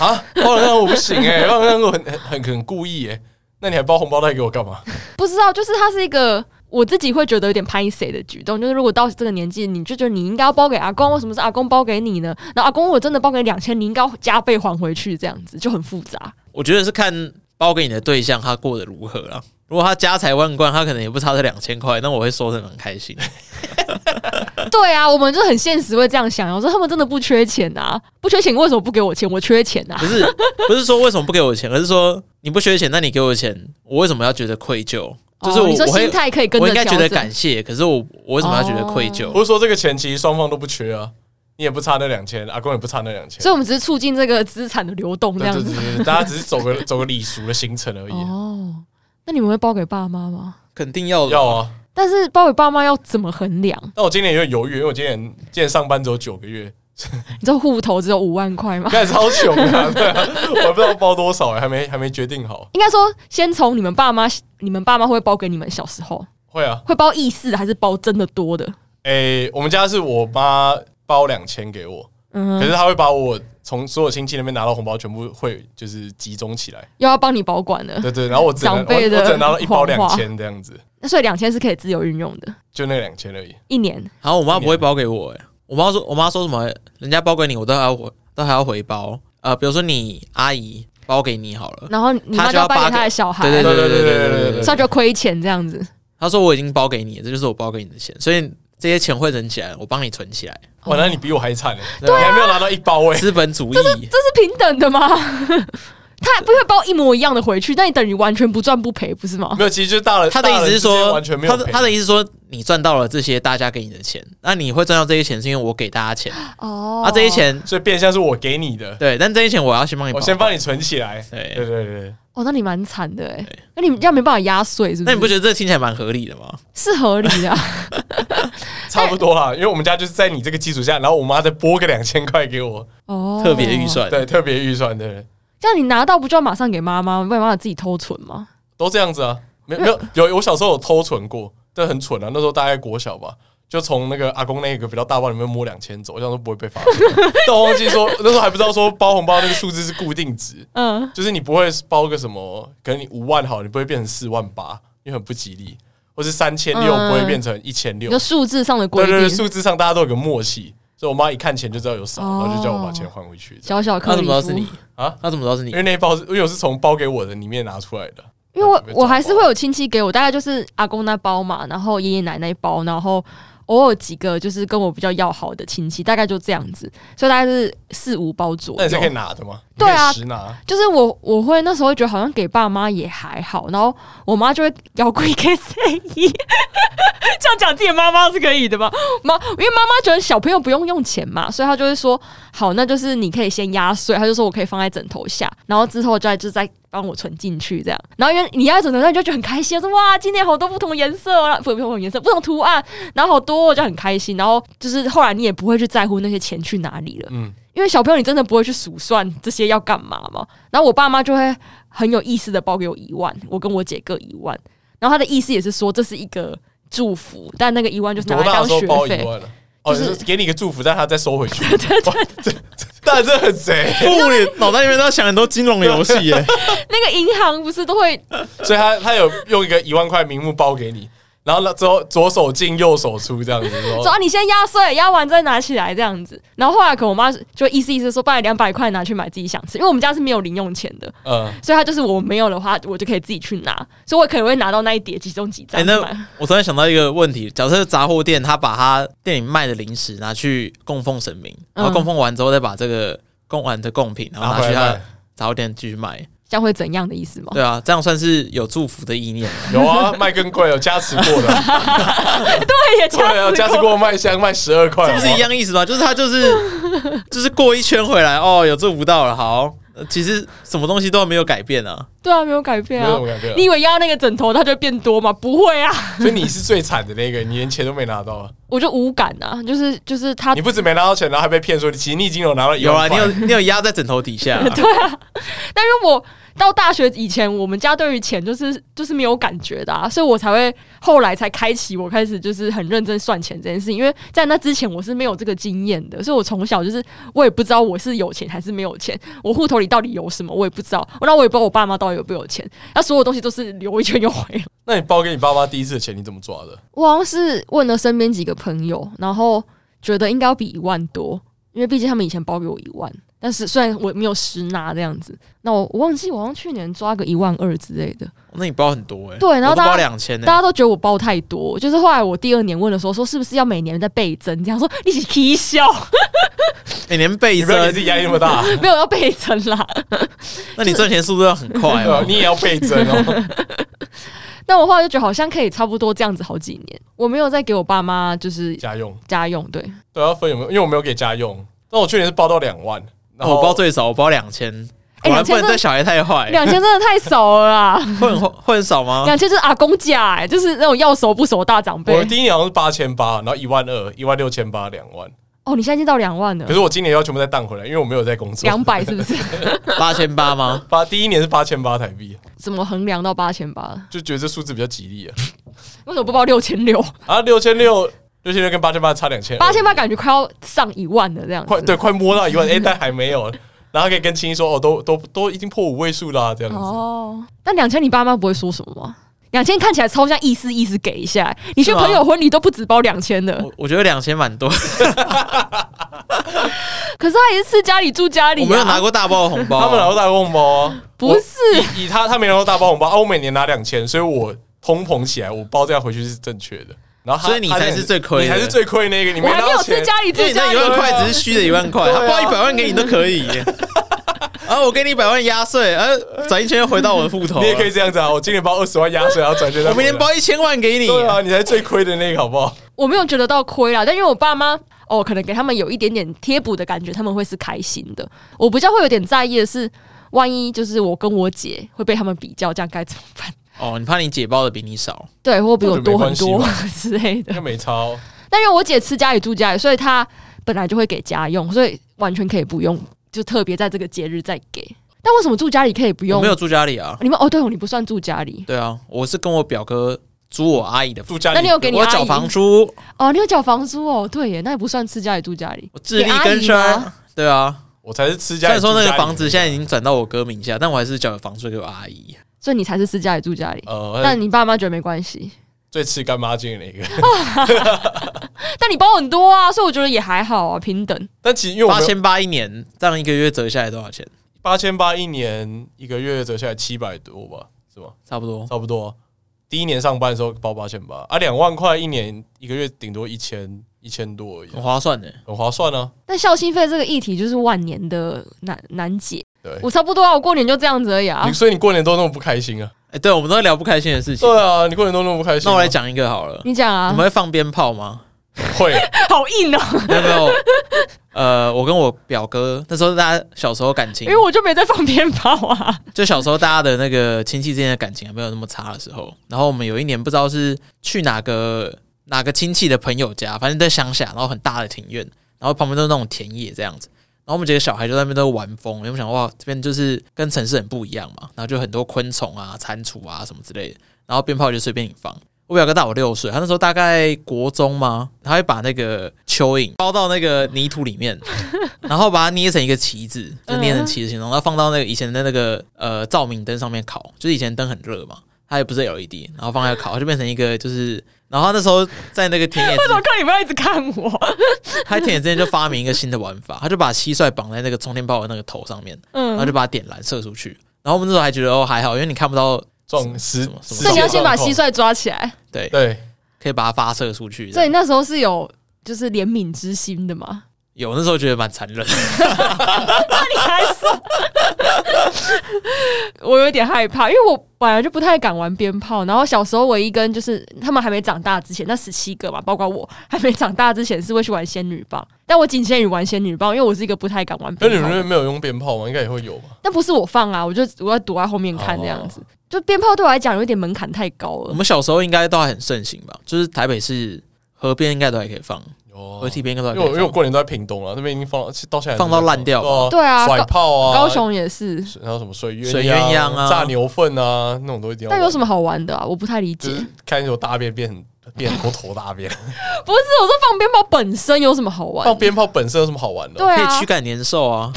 Speaker 2: 啊，包两个我不行哎、欸，包两个我很很很故意哎、那你还包红包袋给我干嘛？
Speaker 3: 不知道，就是它是一个我自己会觉得有点拍谁的举动。就是如果到这个年纪，你就觉得你应该要包给阿公，为什么是阿公包给你呢？然后阿公我真的包给两千，你应该要加倍还回去，这样子就很复杂。
Speaker 1: 我觉得是看包给你的对象他过得如何啦。如果他家财万贯，他可能也不差这两千块，那我会说的蛮开 心。
Speaker 3: 对啊，我们就很现实会这样想。我说他们真的不缺钱啊，不缺钱为什么不给我钱？我缺钱啊
Speaker 1: 不。是不是说为什么不给我钱，而是说你不缺钱，那你给我钱，我为什么要觉得愧疚？ 就是
Speaker 3: 哦
Speaker 1: 我、
Speaker 3: 你说
Speaker 1: 我会
Speaker 3: 心态可以跟
Speaker 1: 我
Speaker 3: 着
Speaker 1: 应该
Speaker 3: 调
Speaker 1: 觉得
Speaker 3: 整
Speaker 1: 感。谢，可是我我为什么要觉得愧疚？
Speaker 2: 我是说这个钱其实双方都不缺啊，你也不差那两千，阿公也不差那两千
Speaker 3: 所。以，我们只是促进这个资产的流动，这
Speaker 2: 对
Speaker 3: 样
Speaker 2: 对
Speaker 3: 子。
Speaker 2: 对，对大家只是走个走个礼俗的行程而已。
Speaker 3: 哦，那你们会包给爸妈吗？
Speaker 1: 肯定要的
Speaker 2: 要啊，
Speaker 3: 但是包给爸妈要怎么衡量？
Speaker 2: 但我今年有点犹豫，因为我今年今年上班只有九个月，
Speaker 3: 你知道户头只有五万 块吗？
Speaker 2: 看超穷啊，对啊，我还不知道包多少、欸，还没还没决定好。
Speaker 3: 应该说，先从你们爸妈，你们爸妈会不会包给你们小时候
Speaker 2: 会啊，
Speaker 3: 会包意思还是包真的多的？
Speaker 2: 诶、我们家是我妈包两千给我，
Speaker 3: 嗯，
Speaker 2: 可是她会把我从所有亲戚那边拿到红包全部会就是集中起 来，
Speaker 3: 又要帮你保管了，
Speaker 2: 对对，然后我只能我
Speaker 3: 长
Speaker 2: 我
Speaker 3: 辈
Speaker 2: 只
Speaker 3: 的
Speaker 2: 能拿到一包
Speaker 3: 谎
Speaker 2: 两
Speaker 3: 话
Speaker 2: 千这样子，
Speaker 3: 所以两千是可以自由运用的，
Speaker 2: 就那两千而已。
Speaker 3: 一年。
Speaker 1: 然后我妈不会包给我、欸，我妈说，我妈说什么，人家包给你，我都还要回，都还要回包。呃，比如说你阿姨包给你好了，
Speaker 3: 然后你
Speaker 1: 他
Speaker 3: 妈就
Speaker 1: 就要
Speaker 3: 要包
Speaker 1: 八
Speaker 3: 给
Speaker 1: 个
Speaker 3: 他的小孩，
Speaker 1: 对对对对对对对对
Speaker 3: 所以他就亏钱这样子。
Speaker 1: 她说我已经包给你了，这就是我包给你的钱，所以这些钱汇整起来，我帮你存起来，
Speaker 2: 哇，那你比我还 惨、欸，你还没有拿到一包哎、
Speaker 1: 资本主义。
Speaker 3: 这是平等的吗？ 他不会包一模一样的回去，那你等于完全不赚不赔，不是吗？
Speaker 2: 没有，其实就是大人，
Speaker 1: 她的意思是
Speaker 2: 大人之间
Speaker 1: 说，
Speaker 2: 完全没有
Speaker 1: 她的
Speaker 2: 赔
Speaker 1: 她的意思是说，你赚到了这些大家给你的钱，那你会赚到这些钱是因为我给大家钱，
Speaker 3: 哦
Speaker 1: 啊，这些钱
Speaker 2: 所以变相是我给你的，
Speaker 1: 对，但这些钱我要先帮你保
Speaker 2: 我
Speaker 1: 管，
Speaker 2: 先帮你存起来。
Speaker 1: 对
Speaker 2: 对对对，
Speaker 3: 哦，那你蛮惨的哎，那你这样没办法压岁，是不是？
Speaker 1: 那你不觉得这听起来蛮合理的吗？
Speaker 3: 是合理的啊、
Speaker 2: 差不多啦，因为我们家就是在你这个基础下，然后我妈再拨个两千块给我，
Speaker 3: 哦，
Speaker 1: 特别预。算，
Speaker 2: 对，特别预算的人
Speaker 3: 这样你拿到不就要马上给妈妈，不然妈妈自己偷存吗？
Speaker 2: 都这样子啊，没有没有有我小时候有偷存过，但很蠢啊，那时候大概国小吧。就从那个阿公那个比较大包里面摸两千走，我想说不会被发现， 但我忘记说那时候还不知道说包红包那个数字是固定值，
Speaker 3: 嗯，
Speaker 2: 就是你不会包个什么，可能你五万好，你不会变成四万八，因为很不吉利，或是三千六
Speaker 3: 嗯
Speaker 2: 不会变成一千
Speaker 3: 你
Speaker 2: 六
Speaker 3: 说，数字上的规
Speaker 2: 对对对，
Speaker 3: 定，
Speaker 2: 数字上大家都有个默契，所以我妈一看钱就知道有少，
Speaker 3: 哦
Speaker 2: 然后就叫我把钱还回去。这样
Speaker 3: 小小
Speaker 1: 他
Speaker 3: 克
Speaker 1: 怎
Speaker 3: 里
Speaker 1: 么知道是你
Speaker 3: 夫。
Speaker 2: 啊？
Speaker 1: 他怎么知道是你
Speaker 2: 因？为那一包是，因为我是从包给我的里面拿出来的，
Speaker 3: 因为我
Speaker 2: 被抓包
Speaker 3: 我还是会有亲戚给我，大概就是阿公那包嘛，然后爷爷奶奶包，然后偶尔几个就是跟我比较要好的亲戚，大概就这样子，所以大概是四五包左
Speaker 2: 那你是
Speaker 3: 右
Speaker 2: 可以。拿的吗？
Speaker 3: 对啊
Speaker 2: 你可以实拿。
Speaker 3: 就是我我会那时候会觉得好像给爸妈也还好，然后我妈就会摇滚给谁一， 这样讲自己的妈妈是可以的吧？妈，因为妈妈觉得小朋友不用用钱嘛，所以她就会说好，那就是你可以先压岁，她就说我可以放在枕头下，然后之后再就再帮我存进去这样。然后因为你压在枕头下，你就觉得很开心，说哇，今年好多不同的颜色啊，不不同的颜色，不同图案，然后好多，我就很开心。然后就是后来你也不会去在乎那些钱去哪里了，
Speaker 2: 嗯
Speaker 3: 因为小朋友你真的不会去数算这些要干嘛嘛。然后我爸妈就会很有意思的包给我一万，我跟我姐各一万。然后他的意思也是说这是一个祝福，但那个一万就是拿
Speaker 2: 多
Speaker 3: 来
Speaker 2: 大
Speaker 3: 当
Speaker 2: 的时候
Speaker 3: 学
Speaker 2: 包一
Speaker 3: 费。
Speaker 2: 万了？哦，
Speaker 3: 就是
Speaker 2: 就是给你一个祝福，但他再收回去。哇这这但这很贼，
Speaker 1: 父母你脑袋里面都要想很多金融游戏耶，
Speaker 3: 那个银行不是都会
Speaker 2: 所以他他有用一个一万块名目包给你，然后呢之后左手进右手出这样子，然后
Speaker 3: 说、啊、你先压碎，压完再拿起来这样子。然后后来可能我妈就意思意思说，把两百块拿去买自己想吃，因为我们家是没有零用钱的，
Speaker 2: 嗯，
Speaker 3: 所以他就是我没有的话，我就可以自己去拿，所以我可能会拿到那一叠其中几张
Speaker 1: 哎，
Speaker 3: 去
Speaker 1: 那
Speaker 3: 买。
Speaker 1: 我突然想到一个问题：假设杂货店他把他店里卖的零食拿去供奉神明，
Speaker 3: 嗯
Speaker 1: 然后供奉完之后再把这个供完的贡品，然后
Speaker 2: 拿
Speaker 1: 拿
Speaker 2: 回
Speaker 1: 去他
Speaker 2: 来
Speaker 1: 的杂货店继续卖，
Speaker 3: 这样会怎样的意思吗？
Speaker 1: 对啊，这样算是有祝福的意念。
Speaker 2: 有啊，卖更贵，有加持过的，
Speaker 3: 对也
Speaker 2: 对啊，加持过卖香卖十二块，
Speaker 1: 这不是一样意思吗？就是他就是 就是过一圈回来，哦，有祝福到了，好，呃其实什么东西都没有改变啊，
Speaker 3: 对啊，没有改变
Speaker 2: 没有
Speaker 3: 啊
Speaker 2: 什。么改变
Speaker 3: 你
Speaker 2: 啊。
Speaker 3: 以为压那个枕头它就会变多吗？不会啊，
Speaker 2: 所以你是最惨的那个，你连钱都没拿到啊。
Speaker 3: 我就无感啊，就是就是它
Speaker 2: 你不止没拿到钱，然后还被骗说，其实你已经有拿到一
Speaker 1: 有啊，
Speaker 2: 万
Speaker 1: 你
Speaker 2: 块
Speaker 1: 有你有压在枕头底 下、啊
Speaker 3: 啊但是我到大学以前，我们家对于钱就是就是没有感觉的啊，所以我才会后来才开启我开始就是很认真算钱这件事情，因为在那之前我是没有这个经验的，所以我从小就是我也不知道我是有钱还是没有钱，我户头里到底有什么我也不知道，那我也不知道我爸妈到底有没有钱，那所有东西都是流一圈又回来。
Speaker 2: 那你包给你爸妈第一次的钱，你怎么抓的？
Speaker 3: 我好像是问了身边几个朋友，然后觉得应该要比一万多，因为毕竟他们以前包给我一万，但是虽然我没有实拿这样子，那我我忘记我好像去年抓个一万二之类的，
Speaker 1: 那你包很多哎、欸，
Speaker 3: 对然后
Speaker 1: 我都
Speaker 3: 大家
Speaker 1: 包两千
Speaker 3: 大
Speaker 1: 呢，
Speaker 3: 家都觉得我包太多，就是后来我第二年问的时候，说是不是要每年再倍增？这样说一起 提笑，
Speaker 1: 每年倍
Speaker 2: 你不要给
Speaker 1: 增
Speaker 2: 自，己压力那么大，
Speaker 3: 没有要倍增啦。
Speaker 1: 那你赚钱速度要很快
Speaker 2: 对啊
Speaker 1: 哦。
Speaker 2: 你也要倍增哦。
Speaker 3: 但我后来就觉得好像可以差不多这样子好几年，我没有再给我爸妈就是
Speaker 2: 家用
Speaker 3: 家用，对，
Speaker 2: 对啊，要分有没有？因为我没有给家用，但我去年是包到两万，然
Speaker 3: 哦
Speaker 2: 后
Speaker 1: 我包最少，我包两千，
Speaker 3: 哎
Speaker 1: 我还
Speaker 3: 2000
Speaker 1: 不能
Speaker 3: 真的
Speaker 1: 对小孩太
Speaker 2: 哎
Speaker 1: 坏，
Speaker 3: 两千真的太少了 啦，
Speaker 1: 会很会很少吗？
Speaker 3: 两千就是阿公价、哎，就是那种要熟不熟的大长
Speaker 2: 我
Speaker 3: 辈。
Speaker 2: 第一年好像是八千八，然后一万二、一万六千八、两万。
Speaker 3: 哦，你现在已经到两万了
Speaker 2: 可。是我今年要全部再荡回来，因为我没有在工作。
Speaker 3: 两百是不是？
Speaker 1: 八千八吗？
Speaker 2: 八第一年是八千八台币，
Speaker 3: 怎么衡量到八千八？
Speaker 2: 就觉得这数字比较吉利啊。
Speaker 3: 为什么不报六千 六？
Speaker 2: 啊，六千六，六千六跟八千八差两千，
Speaker 3: 八千八感觉快要上一万了这样子。
Speaker 2: 快对，快摸到一万，哎，但还没有。然后可以跟青青说，哦，都都都已经破五位数啦，这样子。
Speaker 3: 哦，那两千你爸妈不会说什么吗？两千看起来超像意思意思给一下，欸你去
Speaker 1: 是吗哦
Speaker 3: 朋友婚礼都不止包两千的，
Speaker 1: 我我觉得两千蛮 多，
Speaker 3: 可是他也是吃家里住家里、啊，
Speaker 1: 我没有拿过大包的红包啊。
Speaker 2: 他们拿到大红包啊，
Speaker 3: 不是
Speaker 2: 以以他他没拿到大包红包啊，我每年拿两千，所以我通膨起来，我包这样回去是正确的。然后他
Speaker 1: 所以你
Speaker 2: 他这样
Speaker 1: 才是最亏的
Speaker 2: 你才是最亏那个，你
Speaker 3: 我
Speaker 2: 没
Speaker 3: 还
Speaker 2: 拿
Speaker 3: 没
Speaker 2: 到
Speaker 3: 有吃
Speaker 2: 钱。
Speaker 3: 家里
Speaker 1: 因
Speaker 3: 住
Speaker 1: 为你
Speaker 3: 家
Speaker 1: 那一
Speaker 3: 里
Speaker 1: 万
Speaker 3: 啊。
Speaker 1: 块只是虚的一万块，
Speaker 2: 对啊
Speaker 1: 他包一百万给你都可 以。啊，我给你一百万压岁，啊，转一圈又回到我的户头。
Speaker 2: 你也可以，这样子啊，我今年包二十万压岁，然后转学再
Speaker 1: 我
Speaker 2: 回
Speaker 1: 明天
Speaker 2: 来
Speaker 1: 包一千万给你。
Speaker 2: 对啊，你才是最亏的那个，好不好？
Speaker 3: 我没有觉得到亏啦，但因为我爸妈哦，可能给他们有一点点贴补的感觉，他们会是开心的。我比较会有点在意的是，万一就是我跟我姐会被他们比较，这样该怎么办？
Speaker 1: 哦，你怕你姐包的比你少，
Speaker 3: 对，或比我多很
Speaker 2: 那就没
Speaker 3: 多
Speaker 2: 关
Speaker 3: 之类的
Speaker 2: 那。没差哦。
Speaker 3: 但因为我姐吃家里住家里，所以她本来就会给家用，所以完全可以不用，就特别在这个节日再给。但为什么住家里可以不
Speaker 1: 我
Speaker 3: 用？
Speaker 1: 没有住家里啊。
Speaker 3: 你们哦，对哦，你不算住家里
Speaker 1: 对啊，我是跟我表哥租我阿姨的房，
Speaker 2: 住家里，
Speaker 3: 那你有给你
Speaker 1: 我
Speaker 3: 阿姨
Speaker 1: 缴房租，
Speaker 3: 哦，你有缴房租哦，对耶，那也不算吃家里住家里。
Speaker 1: 我自力
Speaker 3: 给阿姨
Speaker 1: 更生
Speaker 3: 吗。
Speaker 1: 对啊，
Speaker 2: 我才是吃
Speaker 1: 虽
Speaker 2: 家里
Speaker 1: 然
Speaker 2: 住
Speaker 1: 说
Speaker 2: 家里
Speaker 1: 那
Speaker 2: 的。
Speaker 1: 个房子现在已经转到我哥名下，但我还是缴房租给我阿姨。
Speaker 3: 所以你才是吃家里住家里。
Speaker 2: 呃，
Speaker 3: 但你爸妈觉得没关系，
Speaker 2: 最吃干妈净的那个。
Speaker 3: 但你包很多啊，所以我觉得也还好啊，平等。
Speaker 2: 但其实因为我
Speaker 1: 八
Speaker 2: 们
Speaker 1: 千八一年，这样一个月折下来多少钱？
Speaker 2: 八千八一年一个月折下来七百多吧，是吧？
Speaker 1: 差不多。
Speaker 2: 差不多。第一年上班的时候包八千八啊，两万块一年一个月顶多一千一千多而已啊
Speaker 1: 很，划算欸的，
Speaker 2: 很划算啊。
Speaker 3: 但孝心费这个议题就是万年的难难解。
Speaker 2: 对，
Speaker 3: 我差不多啊，我过年就这样子而已啊
Speaker 2: 你。所以你过年都那么不开心啊？
Speaker 1: 哎、对，我们都在聊不开心的事情。
Speaker 2: 对啊，你过年都那么不开心啊。
Speaker 1: 那我来讲一个好了，
Speaker 3: 你讲啊
Speaker 1: 你们，会放鞭炮吗？
Speaker 2: 会，
Speaker 3: 好硬哦，
Speaker 1: 没有没有， 呃，我跟我表哥那时候大家小时候感情
Speaker 3: 因为，我就没在放鞭炮啊。
Speaker 1: 就小时候大家的那个亲戚之间的感情还没有那么差的时候，然后我们有一年不知道是去哪个哪个亲戚的朋友家，反正在乡下，然后很大的庭院，然后旁边都是那种田野这样子。然后我们几个小孩就在那边都玩疯，因为我们想哇，这边就是跟城市很不一样嘛，然后就很多昆虫啊、蟾蜍啊什么之类的，然后鞭炮就随便你放。我表哥大我六岁，他那时候大概国中嘛，他会把那个蚯蚓包到那个泥土里面， 然后把它捏成一个旗子，就捏成旗子形状，然后放到那个以前的那个呃照明灯上面烤，就是以前灯很热嘛，它也不是 LED，然后放在烤，就变成一个就是，然后他那时候在那个田野之
Speaker 3: 为什么看你不要一直看我？
Speaker 1: 他前几天就发明一个新的玩法，他就把蟋蟀绑在那个充电宝的那个头上面，然后
Speaker 3: 嗯，
Speaker 1: 就把它点燃射出去。然后我们那时候还觉得哦还好，因为你看不到，
Speaker 2: 撞十
Speaker 1: 什么，什么
Speaker 2: 十
Speaker 3: 所以你要先把
Speaker 2: 几
Speaker 3: 蟋
Speaker 2: 个
Speaker 3: 蟀抓起来。
Speaker 1: 对，
Speaker 2: 状况对
Speaker 1: 可以把它发射出去。
Speaker 3: 所以那时候是有就是怜悯之心的嘛？
Speaker 1: 有那时候觉得蛮残忍的，
Speaker 3: 嗯你还说， 我有点害怕，因为我本来就不太敢玩鞭炮。然后小时候唯一跟就是他们还没长大之前，那十七个嘛，包括我还没长大之前是会去玩仙女棒，但我仅限于玩仙女棒，因为我是一个不太敢玩
Speaker 2: 那你
Speaker 3: 鞭
Speaker 2: 们
Speaker 3: 炮
Speaker 2: 那
Speaker 3: 的人。
Speaker 2: 边没有用鞭炮吗？应该也会有吧？
Speaker 3: 但不是我放啊，我就我要躲在后面看这样
Speaker 2: 哦
Speaker 3: 子。就鞭炮对我来讲有点门槛太高
Speaker 1: 我
Speaker 3: 了。
Speaker 1: 们小时候应该都还很盛行吧？就是台北市河边应该都还可以放，
Speaker 2: 哦
Speaker 1: 河堤边应该都还
Speaker 2: 因为
Speaker 1: 可
Speaker 2: 我因为
Speaker 1: 以
Speaker 2: 我
Speaker 1: 放。
Speaker 2: 过年都在屏东了，啊那边已经放到现在
Speaker 1: 放到烂掉
Speaker 2: 对
Speaker 3: 对啊
Speaker 2: 甩
Speaker 3: 高
Speaker 2: 炮啊，
Speaker 3: 高雄也是，
Speaker 2: 然后什么水鸳
Speaker 1: 水鸳鸯啊
Speaker 2: 炸牛粪啊，那种都一定要
Speaker 3: 但
Speaker 2: 玩。
Speaker 3: 有什么好玩的啊？我不太理解。
Speaker 2: 就是看那种大便变很变很多头大 便，
Speaker 3: 不是，我说放鞭炮本身有什么好玩？
Speaker 2: 放鞭炮本身有什么好玩的？
Speaker 3: 对
Speaker 1: 可
Speaker 3: 啊
Speaker 1: 以驱，赶年兽啊！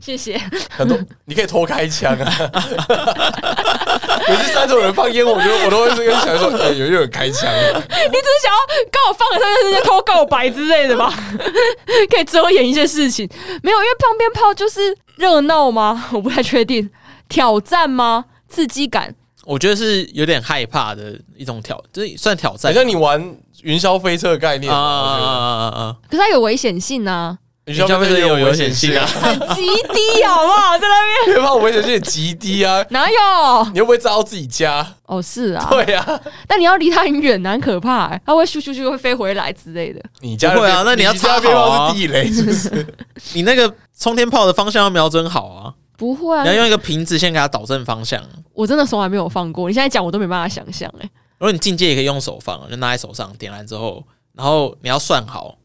Speaker 3: 谢谢。
Speaker 2: 很多你可以偷开枪啊。每次三种人放烟火，我觉得我都会是跟想说，哎、有一个人开枪、啊
Speaker 3: 你只是想要告我放个上面是偷告白之类的吧？ 可以遮掩一些事情，没有，因为放鞭炮就是热闹吗？我不太确定，挑战吗？刺激感？
Speaker 1: 我觉得是有点害怕的一种挑，这算挑
Speaker 2: 好
Speaker 1: 战
Speaker 2: 像你玩云霄飞车的概念
Speaker 1: 啊
Speaker 2: 我觉
Speaker 1: 啊
Speaker 2: 得
Speaker 1: 啊啊啊！
Speaker 3: 可是它有危险性 啊，
Speaker 2: 云
Speaker 1: 霄飞车也有危险性啊，
Speaker 3: 很极低，好不好？在那 边
Speaker 2: 鞭炮危险性也极低啊，
Speaker 3: 哪有？
Speaker 2: 你又不会炸到自己家？
Speaker 3: 哦，是啊，
Speaker 2: 对啊，
Speaker 3: 但你要离它很远，很可怕、欸，它会咻咻咻会飞回来之类的。
Speaker 2: 你家
Speaker 1: 不会啊
Speaker 2: 的鞭
Speaker 1: 那你要插好啊
Speaker 2: 家的鞭炮是地雷是不 是？
Speaker 1: 你那个冲天炮的方向要瞄准好啊，
Speaker 3: 不会啊
Speaker 1: 你要，用一个瓶子先给它导正方向。
Speaker 3: 我真的从来没有放过。你现在讲我都没办法想象哎、欸
Speaker 1: 如果你进阶也可以用手放，就拿在手上，点燃之后，然后你要算好，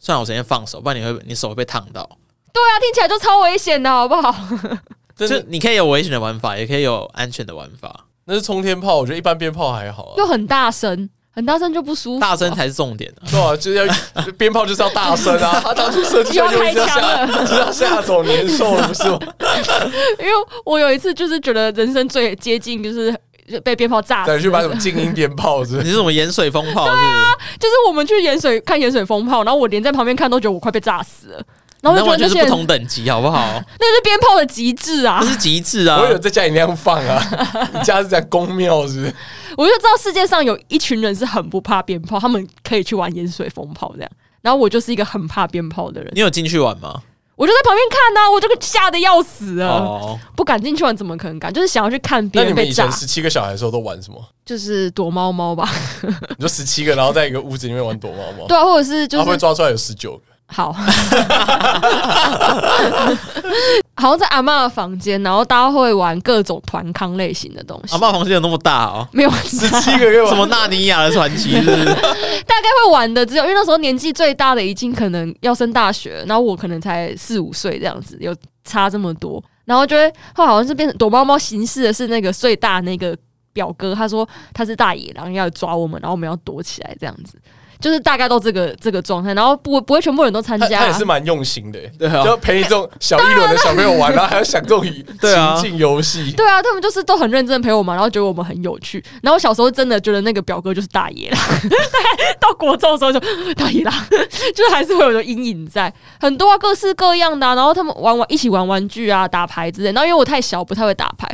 Speaker 1: 算好时间放手，不然你会你手会被烫到。
Speaker 3: 对啊，听起来就超危险的好不好？
Speaker 2: 真
Speaker 1: 就
Speaker 2: 的，
Speaker 1: 你可以有危险的玩法，也可以有安全的玩法，
Speaker 2: 那是冲天炮，我觉得一般鞭炮还好啊
Speaker 3: 又。很大声，很大声就不
Speaker 2: 嗯
Speaker 3: 舒服、
Speaker 1: 大 声。才是重点、啊。
Speaker 2: 对啊，就是要鞭炮就是要大声 啊！他当初设计出来就是要吓，就是要吓走年兽了，不是吗？
Speaker 3: 因为我有一次就是觉得人生最接近就是被鞭炮炸死
Speaker 2: 再，去买什么静音鞭炮是不
Speaker 1: 你
Speaker 2: 是？
Speaker 1: 是什么盐水风炮
Speaker 2: 啊
Speaker 1: 是不是？
Speaker 3: 就是我们去盐水看盐水风炮，然后我连在旁边看都觉得我快被炸死了，然后
Speaker 1: 那
Speaker 3: 就觉
Speaker 1: 完
Speaker 3: 得
Speaker 1: 全
Speaker 3: 那
Speaker 1: 是
Speaker 3: 些
Speaker 1: 不
Speaker 3: 人
Speaker 1: 同等级，好不好？
Speaker 3: 那是鞭炮的极致啊
Speaker 1: 这！是极致啊
Speaker 2: 我！有在家里那样放 啊，你家是在公庙是不是？
Speaker 3: 我就知道世界上有一群人是很不怕鞭炮，他们可以去玩盐水风炮这样。然后我就是一个很怕鞭炮的人，
Speaker 1: 你有进去玩吗？
Speaker 3: 我就在旁边看呐、我就吓得要死啊，
Speaker 1: 哦，
Speaker 3: 不敢进去玩，怎么可能敢？就是想要去看别
Speaker 2: 那你
Speaker 3: 人
Speaker 2: 们
Speaker 3: 被
Speaker 2: 以
Speaker 3: 炸
Speaker 2: 前，十七个小孩的时候都玩什么？
Speaker 3: 就是躲猫猫吧，
Speaker 2: 你说十七个，然后在一个屋子里面玩躲猫猫，
Speaker 3: 对啊，或者是 就
Speaker 2: 然
Speaker 3: 是
Speaker 2: 后哦被抓出来有十九个。
Speaker 3: 好， 好像在阿嬷的房间，然后大家会玩各种团康类型的东西。
Speaker 1: 阿嬷房间有那么大哦？
Speaker 3: 没有，
Speaker 2: 十七个月
Speaker 1: 什么纳尼亚的传奇是不是？
Speaker 3: 大概会玩的只有，因为那时候年纪最大的已经可能要升大学，然后我可能才四五岁这样子，有差这么多，然后就会后来好像是变成躲猫猫形式的是那个最大那个表哥，他说他是大野狼要抓我们，然后我们要躲起来这样子，就是大概都这个这个状态，然后不不会全部人都啊参
Speaker 2: 他
Speaker 3: 加、
Speaker 2: 他也是蛮用心的、欸，
Speaker 1: 对啊
Speaker 2: 就陪你这种小一轮的小朋友玩，然后还要想这种
Speaker 1: 对啊
Speaker 2: 情境游戏。
Speaker 3: 对啊，他们就是都很认真陪我们，然后觉得我们很有趣。然后我小时候真的觉得那个表哥就是大爷啦， 到国中的时候就大爷啦， 就是还是会有个阴影在。很多啊，各式各样的、啊，然后他们玩玩一起玩玩具啊，打牌之类。然后因为我太小，不太会打牌，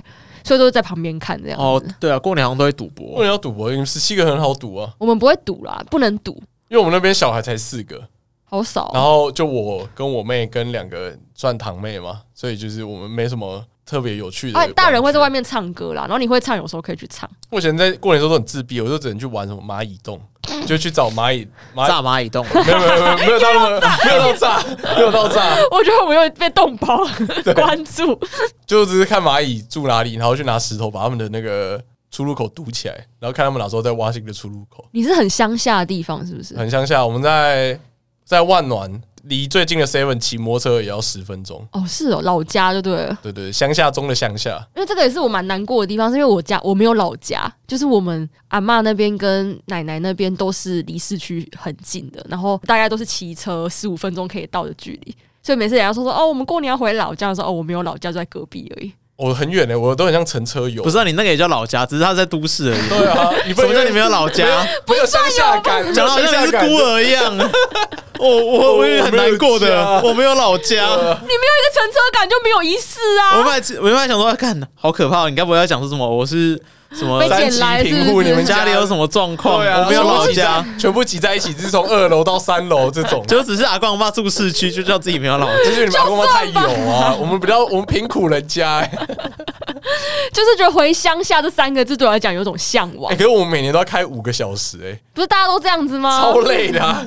Speaker 3: 所以都是在旁边看这样子。
Speaker 1: 哦，对啊，过年好像都会赌
Speaker 2: 为什
Speaker 1: 博。
Speaker 2: 么要赌博？因为十七个很好赌啊，
Speaker 3: 我们不会赌啦，不能赌，
Speaker 2: 因为我们那边小孩才四个，
Speaker 3: 好少
Speaker 2: 然
Speaker 3: 哦、
Speaker 2: 后就我跟我妹跟两个算堂妹嘛，所以就是我们没什么特别有趣的玩
Speaker 3: 哎
Speaker 2: 具。，
Speaker 3: 大人会在外面唱歌啦，然后你会唱，有时候可以去唱。
Speaker 2: 我以前在过年的时候都很自闭，我就只能去玩什么蚂蚁 洞，就去找蚂蚁蚂蚁。
Speaker 1: 炸蚂蚁洞，
Speaker 2: 没有没有没有没有到那 么没有到炸没有到炸，
Speaker 3: 我觉得我又被动包 关注，
Speaker 2: 就只是看蚂蚁住哪里，然后去拿石头把他们的那个出入口堵起来，然后看他们哪时候在挖新的出入口。
Speaker 3: 你是很乡下的地方是不是？
Speaker 2: 很乡下，我们在在万暖，离最近的 Seven 骑摩托车也要十分钟。
Speaker 3: 哦，是哦，老家就对了。
Speaker 2: 对对，乡下中的乡下，
Speaker 3: 因为这个也是我蛮难过的地方，是因为我家我没有老家，就是我们阿嬷那边跟奶奶那边都是离市区很近的，然后大概都是骑车十五分钟可以到的距离，所以每次人家说说哦，我们过年要回老家的时候，哦，我没有老家，就在隔壁而已。
Speaker 2: 我很远呢、欸我都很像乘车友。
Speaker 1: 不是、啊、你那个也叫老家，只是他在都市而已。
Speaker 2: 对啊，你不
Speaker 1: 什
Speaker 2: 能
Speaker 1: 么叫你没有老家？
Speaker 2: 没有乡下感？
Speaker 1: 讲到好像你是
Speaker 2: 感
Speaker 1: 孤儿一样， 我我我也很难过
Speaker 2: 我没有
Speaker 1: 的，
Speaker 2: 家
Speaker 1: 我没有老家，
Speaker 3: 你没有一个乘车感就没有仪式啊！
Speaker 1: 我本来我原本想说，看好可怕，你该不会要讲说什么？我是什么
Speaker 3: 被？
Speaker 2: 三
Speaker 3: 捡
Speaker 2: 级
Speaker 3: 来
Speaker 2: 贫
Speaker 3: 是不
Speaker 2: 户，
Speaker 3: 是
Speaker 2: 你们
Speaker 1: 家里有什么状况？
Speaker 2: 对啊，
Speaker 1: 我没有
Speaker 2: 全部
Speaker 1: 老
Speaker 2: 挤在
Speaker 1: 家，，
Speaker 2: 全部挤在一起，就是从二楼到三楼这种。
Speaker 1: 就只是阿公阿妈住市区，就叫自己没有老家。
Speaker 2: 就是你们阿公阿嬷太有啊，我们比较我们贫苦人家、欸，
Speaker 3: 就是觉得回乡下这三个字对我来讲有种向往
Speaker 2: 欸，可是我们每年都要开五个小时、欸，
Speaker 3: 哎不是大家都这样子吗？
Speaker 2: 超累的、啊。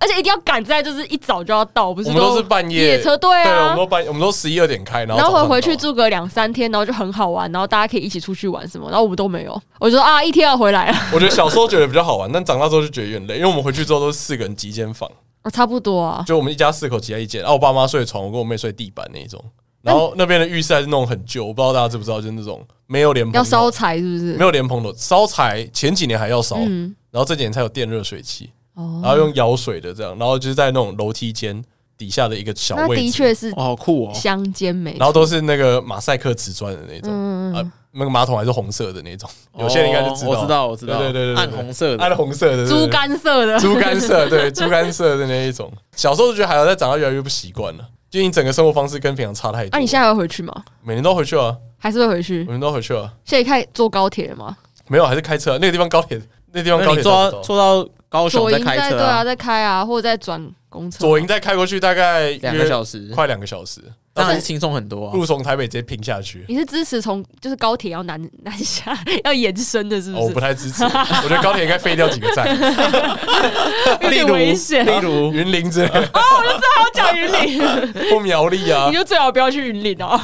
Speaker 3: 而且一定要赶在就是一早就要到，不是
Speaker 2: 我们都是半夜
Speaker 3: 夜车队
Speaker 2: 对，我
Speaker 3: 啊
Speaker 2: 们，都半，我们都十一二点开，然后
Speaker 3: 然后
Speaker 2: 早
Speaker 3: 回
Speaker 2: 上
Speaker 3: 回去
Speaker 2: 到
Speaker 3: 住个两三天，然后就很好玩，然后大家可以一起出去玩什么，然后我们都没有，我就说啊一 天要回来了，
Speaker 2: 我觉得小时候觉得比较好玩，但长大之后就觉得有点累，因为我们回去之后都是四个人挤一间房，
Speaker 3: 我差不多啊，
Speaker 2: 就我们一家四口挤在一间，然后啊我爸妈睡床，我跟我妹睡地板那一种。然后那边的浴室还是那种很旧，我不知道大家知不知道，就是那种没有莲蓬头
Speaker 3: 要烧柴是不是？
Speaker 2: 没有莲蓬头，烧柴前几年还要烧，
Speaker 3: 嗯
Speaker 2: 然后这几年才有电热水器，
Speaker 3: 哦，
Speaker 2: 然后用舀水的这样，然后就是在那种楼梯间底下的一个小
Speaker 3: 那
Speaker 2: 位
Speaker 3: 的
Speaker 2: 置，
Speaker 3: 确是
Speaker 1: 哇，好酷哦！
Speaker 3: 乡间美，
Speaker 2: 然后都是那个马赛克瓷砖的那种，
Speaker 3: 嗯
Speaker 2: 呃，那个马桶还是红色的那种，有些人应该就知道，
Speaker 1: 哦我知道，我知道，
Speaker 2: 对对对对对
Speaker 1: 暗红色的
Speaker 2: 暗红色的对对对
Speaker 3: 猪肝色的，
Speaker 2: 猪肝色，对， 猪肝色的那一种。小时候就觉得还好，但长大越来越不习惯了，就你整个生活方式跟平常差太多。
Speaker 3: 那、啊你现在还会回去吗？
Speaker 2: 每年都回去啊，
Speaker 3: 还是会回去
Speaker 2: 每？年都回去啊，
Speaker 3: 现在开始坐高铁了吗？
Speaker 2: 没有还是开车啊、那个地方高铁，那个地方
Speaker 1: 那
Speaker 2: 高
Speaker 1: 你
Speaker 2: 铁
Speaker 1: 坐
Speaker 2: 坐
Speaker 1: 到坐到高雄
Speaker 3: 左
Speaker 1: 再
Speaker 3: 营
Speaker 1: 开
Speaker 3: 在
Speaker 1: 车
Speaker 3: 对啊，
Speaker 1: 啊，
Speaker 3: 在开啊，或者在转公车。啊
Speaker 2: 左营再开过去大概
Speaker 1: 两个
Speaker 2: 时，
Speaker 1: 小时，
Speaker 2: 快两个小时，
Speaker 1: 当然是轻松很多啊
Speaker 2: 路。从台北直接拼下去。
Speaker 3: 你是支持从就是高铁要南 南下要延伸的，是
Speaker 2: 哦，我不
Speaker 3: 不 是？
Speaker 2: 太支持，我觉得高铁应该废掉几个 站，
Speaker 1: 例
Speaker 3: 有点
Speaker 1: 如，啊
Speaker 3: 危险。
Speaker 1: 例如，
Speaker 2: 云林之类的，
Speaker 3: 要讲云林，
Speaker 2: 或苗栗啊
Speaker 3: 你。就最好不要去云林哦。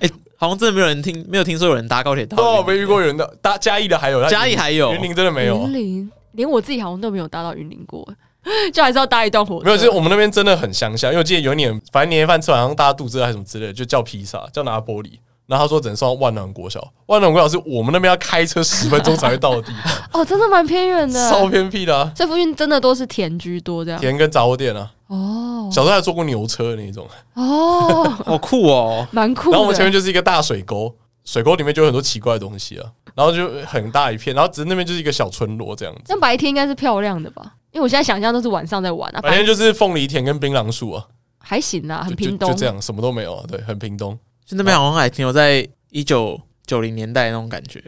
Speaker 1: 哎，好像真的没有人听，没有听说有人搭高铁
Speaker 2: 对啊，
Speaker 1: 到
Speaker 2: 我没遇过人的，大嘉义的还有，但
Speaker 1: 嘉义还有
Speaker 2: 云林真的没有啊，
Speaker 3: 云林，连我自己好像都没有搭到云林过， 就还是要搭一段火车。
Speaker 2: 没有，就是我们那边真的很乡下，因为我记得有一年，反正年夜饭吃完，好像大家肚子饿还是什么之类的，就叫披萨，叫拿玻璃。然后他说只能送到万能国小，万能国小是我们那边要开车十分钟才会到的地方，
Speaker 3: 哦，真的蛮偏远的。
Speaker 2: 超偏僻的、啊，
Speaker 3: 这附近真的都是田居多这样。
Speaker 2: 田跟杂货店啊。
Speaker 3: 哦
Speaker 2: 小时候还坐过牛车那种，
Speaker 3: 哦，
Speaker 1: 好酷哦！
Speaker 3: 蛮酷的。
Speaker 2: 然后我们前面就是一个大水沟，水沟里面就有很多奇怪的东西啊，然后就很大一片，然后只是那边就是一个小村落这样子，
Speaker 3: 那白天应该是漂亮的吧？因为我现在想象都是晚上在玩啊，
Speaker 2: 白天就是凤梨田跟槟榔树啊，
Speaker 3: 还行啦，很
Speaker 2: 就
Speaker 3: 平
Speaker 2: 就
Speaker 3: 东
Speaker 2: 就这样，什么都没有啊，对，很平东，
Speaker 1: 就那边好像还停留在一九九零年代那种感觉。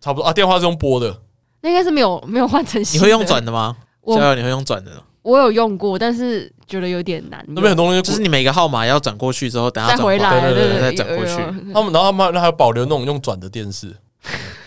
Speaker 2: 差不多啊。电话是用拨的，
Speaker 3: 那应该是没有没有换成新
Speaker 1: 你
Speaker 3: 的
Speaker 1: 会用转？的吗？
Speaker 3: 我
Speaker 1: 逍遥，你会用转的吗？
Speaker 3: 我有用过，但是觉得有点难用。
Speaker 2: 那边很多东西
Speaker 1: 就是你每个号码要转过去之后，等下
Speaker 3: 再
Speaker 1: 转
Speaker 3: 回来，
Speaker 1: 对
Speaker 3: 对
Speaker 1: 对，再
Speaker 3: 对，
Speaker 1: 转过去
Speaker 3: 有。有
Speaker 2: 他
Speaker 3: 有
Speaker 2: 们，然后他们还有保留那种用转的电视，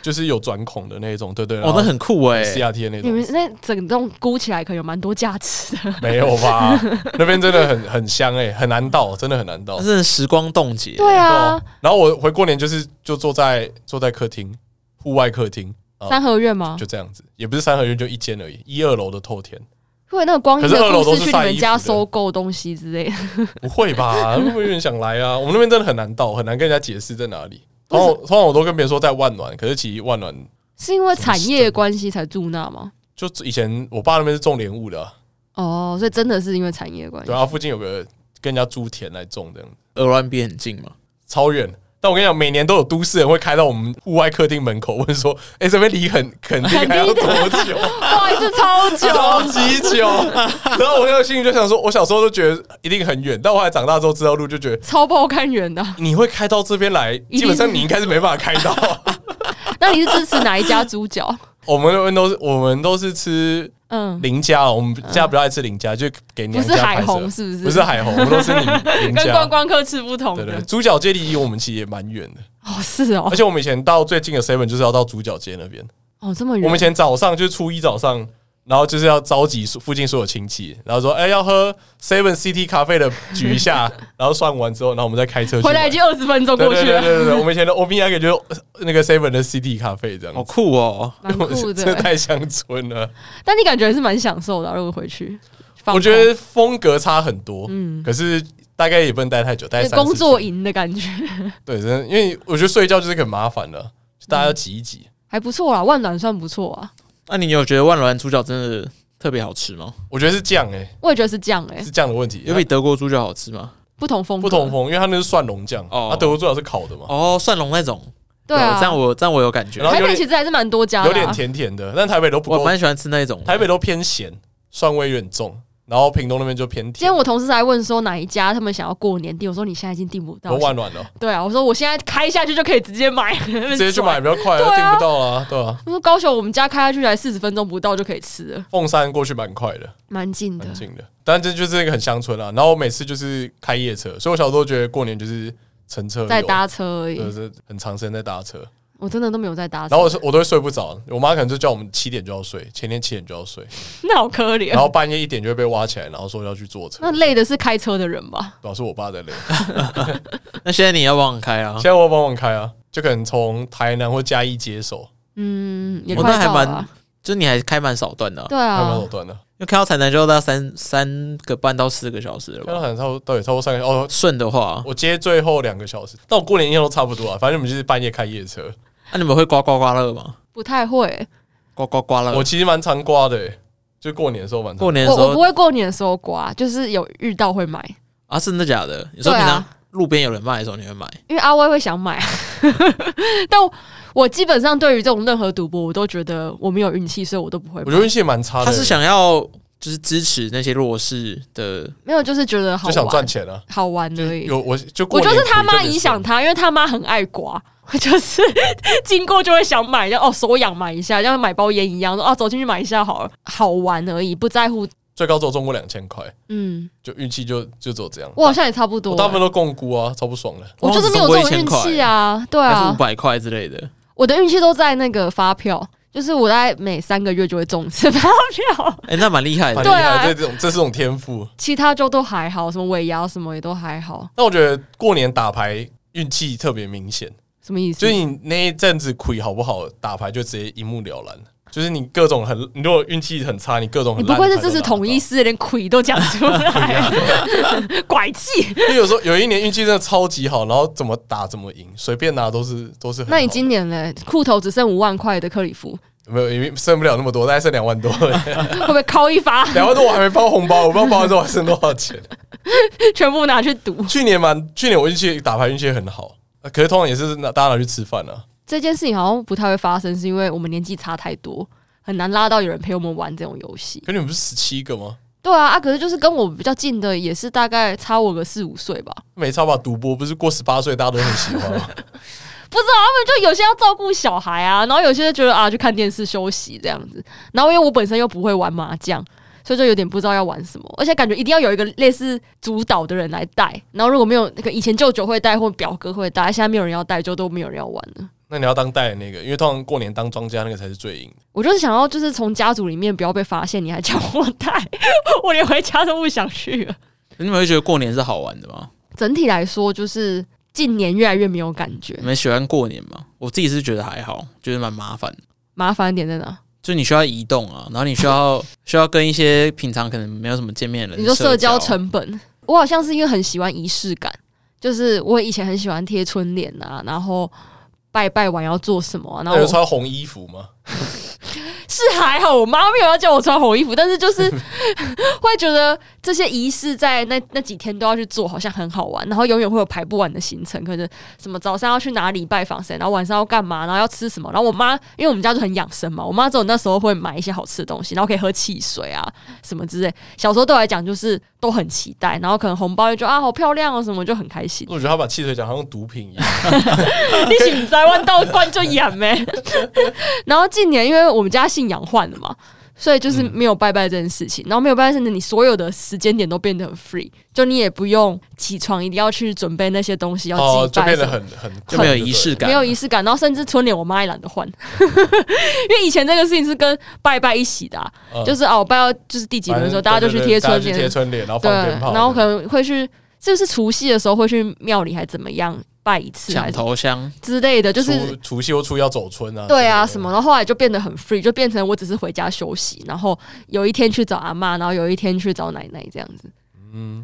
Speaker 2: 就是有转孔的那一种，对对。然
Speaker 1: 哦，
Speaker 2: 后
Speaker 1: 那很酷哎！
Speaker 2: CRT 的那
Speaker 3: 你们
Speaker 2: 种，
Speaker 3: 那整栋估起来可能有蛮多价值的，
Speaker 2: 没有 吧？那边真的很很香哎、很难到，真的很难到
Speaker 1: 那。真的时光冻结。
Speaker 3: 对啊，
Speaker 2: 然后我回过年就是就坐在坐在客厅，户外客厅哦
Speaker 3: 三合院吗？
Speaker 2: 就这样子，也不是三合院就一间而已，一二楼的透天，
Speaker 3: 因为那个光阴
Speaker 2: 可是二楼
Speaker 3: 的
Speaker 2: 都
Speaker 3: 故
Speaker 2: 是
Speaker 3: 事去你
Speaker 2: 晒衣
Speaker 3: 们
Speaker 2: 服
Speaker 3: 家
Speaker 2: 的
Speaker 3: 收购东西之类的，
Speaker 2: 不会吧？会不会有点想来啊？我们那边真的很难到，很难跟人家解释在哪里。通常通常我都跟别人说在万暖，可是其实万暖
Speaker 3: 是因为产业关系才住那吗？
Speaker 2: 就以前我爸那边是种莲雾的啊、
Speaker 3: 哦，所以真的是因为产业关系
Speaker 2: 对。啊，附近有个跟人家租田来种这样子。
Speaker 1: 鹅銮鼻很近嘛，
Speaker 2: 超远。但我跟你讲，每年都有都市人会开到我们户外客厅门口，问说：“ 哎、这边离很肯定还要多久？
Speaker 3: 不好意思，超 久。
Speaker 2: 超级 久。”然后我那个心里就想说，我小时候都觉得一定很远，但我后来长大之后知道路，就觉得
Speaker 3: 超爆看远的啊，
Speaker 2: 你会开到这边来，
Speaker 3: 定
Speaker 2: 基本上你应该是没办法开到。
Speaker 3: 那你是支持哪一家猪脚？
Speaker 2: 我们都是我们都是吃
Speaker 3: 嗯，
Speaker 2: 林家，我们家比较爱吃林家，就给
Speaker 3: 不
Speaker 2: 娘
Speaker 3: 是
Speaker 2: 家
Speaker 3: 海
Speaker 2: 拍摄。
Speaker 3: 虹是不是？
Speaker 2: 不是海虹，我们都是林林
Speaker 3: 跟观
Speaker 2: 家。
Speaker 3: 光客吃不同
Speaker 2: 对对，
Speaker 3: 的
Speaker 2: 对猪脚街离我们其实也蛮远的，
Speaker 3: 哦，是哦
Speaker 2: 而，且我们以前到最近的 seven 就是要到猪脚街那边。
Speaker 3: 哦这么
Speaker 2: 我们以
Speaker 3: 远，
Speaker 2: 前早上就是初一早上，然后就是要召集附近所有亲戚，然后说，哎、要喝 Seven City 咖啡的举一 下，然后算完之后，然后我们再开车去
Speaker 3: 回来
Speaker 2: 玩
Speaker 3: 已经二十分钟
Speaker 2: 对
Speaker 3: 过
Speaker 2: 对
Speaker 3: 去
Speaker 2: 对
Speaker 3: 了，
Speaker 2: 对对对，我们以前的 O B I 感觉那个 Seven 的 City 咖啡这样
Speaker 1: 好
Speaker 2: 子。
Speaker 1: 酷哦！
Speaker 3: 蛮 酷
Speaker 2: 真的
Speaker 3: 的。哎
Speaker 2: 太乡村了，
Speaker 3: 但你感觉还是蛮享受的啊，如果回去，放
Speaker 2: 我
Speaker 3: 空
Speaker 2: 觉得风格差很多，
Speaker 3: 嗯
Speaker 2: 可是大概也不能待太久，待
Speaker 3: 有
Speaker 2: 三四
Speaker 3: 工作
Speaker 2: 天
Speaker 3: 营的感觉
Speaker 2: 对，真的，因为我觉得睡觉就是很麻烦了，就大家要挤一挤。
Speaker 3: 还不错啦，万暖算不错啊，
Speaker 1: 那你有觉得万峦猪脚真的特别好吃吗？
Speaker 2: 我觉得是酱哎、
Speaker 3: 我也觉得是这样哎
Speaker 2: 是，酱的问题，
Speaker 1: 嗯有比德国猪脚好吃吗？
Speaker 3: 不同风格
Speaker 2: 不同，风，因为它那是蒜蓉酱，
Speaker 1: 哦
Speaker 2: 啊，德国最好是烤的嘛，
Speaker 1: 哦，蒜蓉那种，
Speaker 3: 对啊
Speaker 1: 有哦这，样我这样我有感觉
Speaker 2: 然，后
Speaker 3: 台
Speaker 2: 有
Speaker 3: 北
Speaker 2: 点
Speaker 3: 其实还是蛮多家的
Speaker 2: 有
Speaker 3: 啊，
Speaker 2: 点甜甜的，但台北都不
Speaker 1: 我
Speaker 2: 够，
Speaker 1: 蛮喜欢吃那一种的。
Speaker 2: 台北都偏咸，蒜味有点重。然后屏东那边就偏
Speaker 3: 今
Speaker 2: 甜
Speaker 3: 天，我同事还问说哪一家他们想要过年订，我说你现在已经订不到
Speaker 2: 都，万暖 了，
Speaker 3: 对啊，我说我现在开下去就可以直接买，直
Speaker 2: 直接去买。比较快，
Speaker 3: 对啊
Speaker 2: 订不到啊，对啊，
Speaker 3: 我说高雄我们家开下去才四十分钟不到就可以吃了，
Speaker 2: 凤山过去蛮快的，
Speaker 3: 蛮近的
Speaker 2: 蛮。近的，但这就是一个很乡村啊。然后我每次就是开夜车，所以我小时候觉得过年就是乘车游
Speaker 3: 在搭车而已，
Speaker 2: 就是很长时间在搭车，
Speaker 3: 我真的都没有在搭车。
Speaker 2: 然后我是我都会睡不着，我妈可能就叫我们七点就要睡，前天七点就要 睡，
Speaker 3: 那好可怜
Speaker 2: 然。后半夜一点就会被挖起来，然后说要去坐车
Speaker 3: 那，累的是开车的人吧？
Speaker 2: 主要是我爸在累。
Speaker 1: 啊那现在你要帮我开啊
Speaker 2: 现？在我帮忙开啊，就可能从台南或嘉义接手，
Speaker 3: 嗯，也
Speaker 1: 哦
Speaker 3: 快
Speaker 1: 那还
Speaker 3: 到了
Speaker 1: 蛮
Speaker 3: 啊。
Speaker 1: 就你还开蛮少段的啊、
Speaker 3: 对
Speaker 2: 还蛮
Speaker 3: 啊
Speaker 2: 手， 段的。
Speaker 1: 因为开到台南就要大概三三个半到四个小时了
Speaker 2: 看到
Speaker 1: 吧？
Speaker 2: 很超对，超过三个哦，
Speaker 1: 顺的话，
Speaker 2: 我接最后两个小时，但我过年印象都差不多啊。反正你们就是半夜开夜车，
Speaker 1: 那、啊你们会刮刮刮乐吗？
Speaker 3: 不太会。
Speaker 1: 刮刮刮乐
Speaker 2: 我，其实蛮常刮的、欸，就过年的时候蛮常
Speaker 1: 嗯过年的
Speaker 3: 我
Speaker 1: 时
Speaker 3: 我不
Speaker 1: 候
Speaker 3: 会过年的时候刮，就是有遇到会买，
Speaker 1: 啊，真的假的？你说
Speaker 3: 对
Speaker 1: 平
Speaker 3: 啊
Speaker 1: 常路边有人卖的时候你会买？
Speaker 3: 因为阿威会想买。 但我我基本上对于这种任何赌博，我都觉得我没有运气，所以我都不会
Speaker 2: 我
Speaker 3: 买
Speaker 2: 觉。得运气也蛮差的、
Speaker 1: 他是想要就是支持那些弱势的，
Speaker 3: 没有，就是觉得好
Speaker 2: 就想赚
Speaker 3: 玩，
Speaker 2: 钱啊，
Speaker 3: 好玩
Speaker 2: 就
Speaker 3: 而已。
Speaker 2: 有我就过
Speaker 3: 我
Speaker 2: 年
Speaker 3: 就是他妈
Speaker 2: 苦
Speaker 3: 影响
Speaker 2: 特
Speaker 3: 他，因为他妈很爱刮， 就是经过就会想买，然后哦手痒买一下，像买包烟一样，说啊走进去买一下好了，好玩而已，不在乎。
Speaker 2: 别爽最高只有中过两千块，
Speaker 3: 嗯，
Speaker 2: 就运气就就只有这样。
Speaker 3: 我好像也差不
Speaker 2: 我
Speaker 3: 多、
Speaker 2: 哦大部分都共估啊，超不爽的。
Speaker 3: 我就是没有这种运气啊，对
Speaker 1: 还是
Speaker 3: 啊
Speaker 1: 五，百块之类的，
Speaker 3: 我的运气都在那个发票，就是我大概每三个月就会中一次发票，
Speaker 1: 哎、那蛮厉害的
Speaker 2: 蛮厉。
Speaker 3: 对啊
Speaker 2: 害，这种这是种天赋。
Speaker 3: 其他就都还好，什么尾牙什么也都还好，
Speaker 2: 但我觉得过年打牌运气特别明显，
Speaker 3: 什么意思
Speaker 2: 所？以你那一阵子亏好不好，打牌就直接一目了然。就是你各种很，你如果运气很差，你各种
Speaker 3: 你
Speaker 2: 很
Speaker 3: 不
Speaker 2: 烂
Speaker 3: 愧
Speaker 2: 的
Speaker 3: 是
Speaker 2: 牌都拿得到。
Speaker 3: 支持统一狮，连鬼都讲出来， 拐气。
Speaker 2: 因为有时候有一年运气真的超级好，然后怎么打怎么赢，随便拿都是都是很好的。
Speaker 3: 那你今年嘞，裤头只剩五万块的克里夫，
Speaker 2: 没有因为剩不了那么多，大概剩两万多而 已，
Speaker 3: 会不会敲一发，
Speaker 2: 两万多我还没包红包，我不 知道包完之后还剩多少钱。
Speaker 3: 全部拿去赌？
Speaker 2: 去年蛮，去年我运气打牌运气很好，呃可是通常也是拿大家拿去吃饭啊。
Speaker 3: 这件事情好像不太会发生，是因为我们年纪差太多，很难拉到有人陪我们玩这种游戏。
Speaker 2: 可你们不是十七个吗？
Speaker 3: 对啊，啊，可是就是跟我比较近的，也是大概差我个四五岁吧。
Speaker 2: 没差吧？赌博不是过十八岁大家都很喜 欢吗？
Speaker 3: 不知道他们就有些要照顾小孩啊，然后有些就觉得啊去看电视休息这样子。然后因为我本身又不会玩麻将，所以就有点不知道要玩什么，而且感觉一定要有一个类似主导的人来带。然后如果没有那个以前舅舅会带或表哥会带，现在没有人要带，就都没有人要玩了。
Speaker 2: 那你要当代的那个，因为通常过年当庄家那个才是最赢的。
Speaker 3: 我就是想要，就是从家族里面不要被发现，你还叫我带，我连回家都不想去了。
Speaker 1: 你们会觉得过年是好玩的吗？
Speaker 3: 整体来说，就是近年越来越没有感觉
Speaker 1: 你。们喜欢过年吗？我自己是觉得还好，觉得蛮麻烦的。
Speaker 3: 麻烦点在哪？
Speaker 1: 就你需要移动啊，然后你需要 需要跟一些平常可能没有什么见面的人，
Speaker 3: 你说社交
Speaker 1: 交
Speaker 3: 成本，我好像是因为很喜欢仪式感，就是我以前很喜欢贴春联啊，然后拜拜完要做什么啊、然
Speaker 2: 那
Speaker 3: 后
Speaker 2: 有
Speaker 3: 我
Speaker 2: 穿红衣服吗？
Speaker 3: 是还好，我妈没有要叫我穿红衣服，但是就是 会觉得这些仪式在那那几天都要去做，好像很好玩，然后永远会有排不完的行程，可能什么早上要去哪里拜访谁，然后晚上要干嘛，然后要吃什么，然后我妈因为我们家就很养生嘛，我妈只有那时候会买一些好吃的东西，然后可以喝汽水啊什么之类。小时候对我来讲就是都很期待，然后可能红包就觉得啊好漂亮哦什么就很开心。
Speaker 2: 我觉得他把汽水讲好像毒品一样，
Speaker 3: 你醒在万道罐就演呗。然后近年因为我们家信仰换了嘛，所以就是没有拜拜这件事情。然后没有拜拜，甚至你所有的时间点都变得很 free，就你也不用起床一定要去准备那些东西要
Speaker 2: 哦，
Speaker 3: 祭
Speaker 2: 就
Speaker 3: 拜
Speaker 2: 变
Speaker 3: 什
Speaker 2: 得
Speaker 3: 么。
Speaker 2: 很很
Speaker 1: 就没有仪式感，
Speaker 3: 没有仪式感，然后甚至春联我妈也懒得换，因为以前这个事情是跟拜拜一起的啊、
Speaker 2: 嗯
Speaker 3: 就是哦，拜到就是第几轮的时候，大家就去贴春
Speaker 2: 大家去
Speaker 3: 联
Speaker 2: 贴，春联，然后
Speaker 3: 对，
Speaker 2: 放鞭炮，
Speaker 3: 然后可能会去，是不是除夕的时候会去庙里还怎么样拜一次，
Speaker 1: 抢
Speaker 3: 还是
Speaker 1: 头香，
Speaker 3: 之类的，就是
Speaker 2: 除除夕或初一要走春啊，
Speaker 3: 对
Speaker 2: 之
Speaker 3: 啊，
Speaker 2: 类的
Speaker 3: 什么？然后后来就变得很 free，就变成我只是回家休息，然后有一天去找阿妈，然后有一天去找奶奶这样子。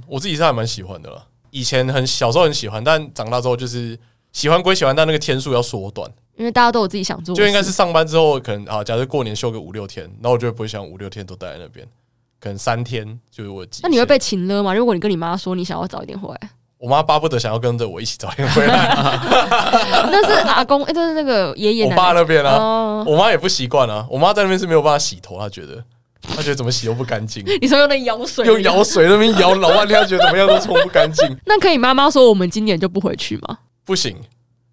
Speaker 2: 我自己是还蛮喜欢的啦。以前很小时候很喜欢，但长大之后就是喜欢归喜欢，但那个天数要缩短，
Speaker 3: 因为大家都有自己想做的
Speaker 2: 就
Speaker 3: 事，
Speaker 2: 应该是上班之后可能啊，假设过年休个五六天，那我就不会想五六天都待在那边，可能三天就是我的极限。
Speaker 3: 那你会被请了吗？如果你跟你妈说你想要早一点回来，
Speaker 2: 我妈巴不得想要跟着我一起 早点回来，
Speaker 3: 那是阿公，哎、就是那个爷爷
Speaker 2: 我
Speaker 3: 奶
Speaker 2: 爸
Speaker 3: 奶。
Speaker 2: 那边啊，
Speaker 3: 哦，
Speaker 2: 我妈也不习惯啊，我妈在那边是没有办法洗头，她觉得他觉得怎么洗都不干净，
Speaker 3: 你说用那舀水，
Speaker 2: 用舀水那边舀老半天，他觉得怎么样都冲不干净，
Speaker 3: 那可以妈妈说我们今年就不回去吗？
Speaker 2: 不行。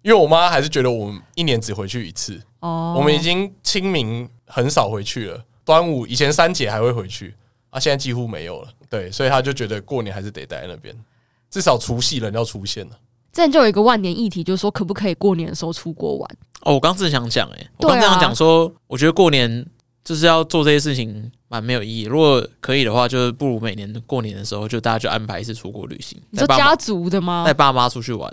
Speaker 2: 因为我妈还是觉得我们一年只回去一次，
Speaker 3: 哦，
Speaker 2: 我们已经清明很少回去了，端午以前三节还会回去，啊，现在几乎没有了。对，所以他就觉得过年还是得待在那边，至少除夕人要出现了。
Speaker 3: 之前就有一个万年议题，就是说可不可以过年的时候出国玩？
Speaker 1: 哦，我刚正想讲，哎，我
Speaker 3: 对啊
Speaker 1: 刚正想讲说，我觉得过年就是要做这些事情蛮没有意义。如果可以的话，就是不如每年过年的时候，就大家就安排一次出国旅行，
Speaker 3: 你说
Speaker 1: 哎带爸妈
Speaker 3: 家族的吗
Speaker 1: 带？爸妈出去玩，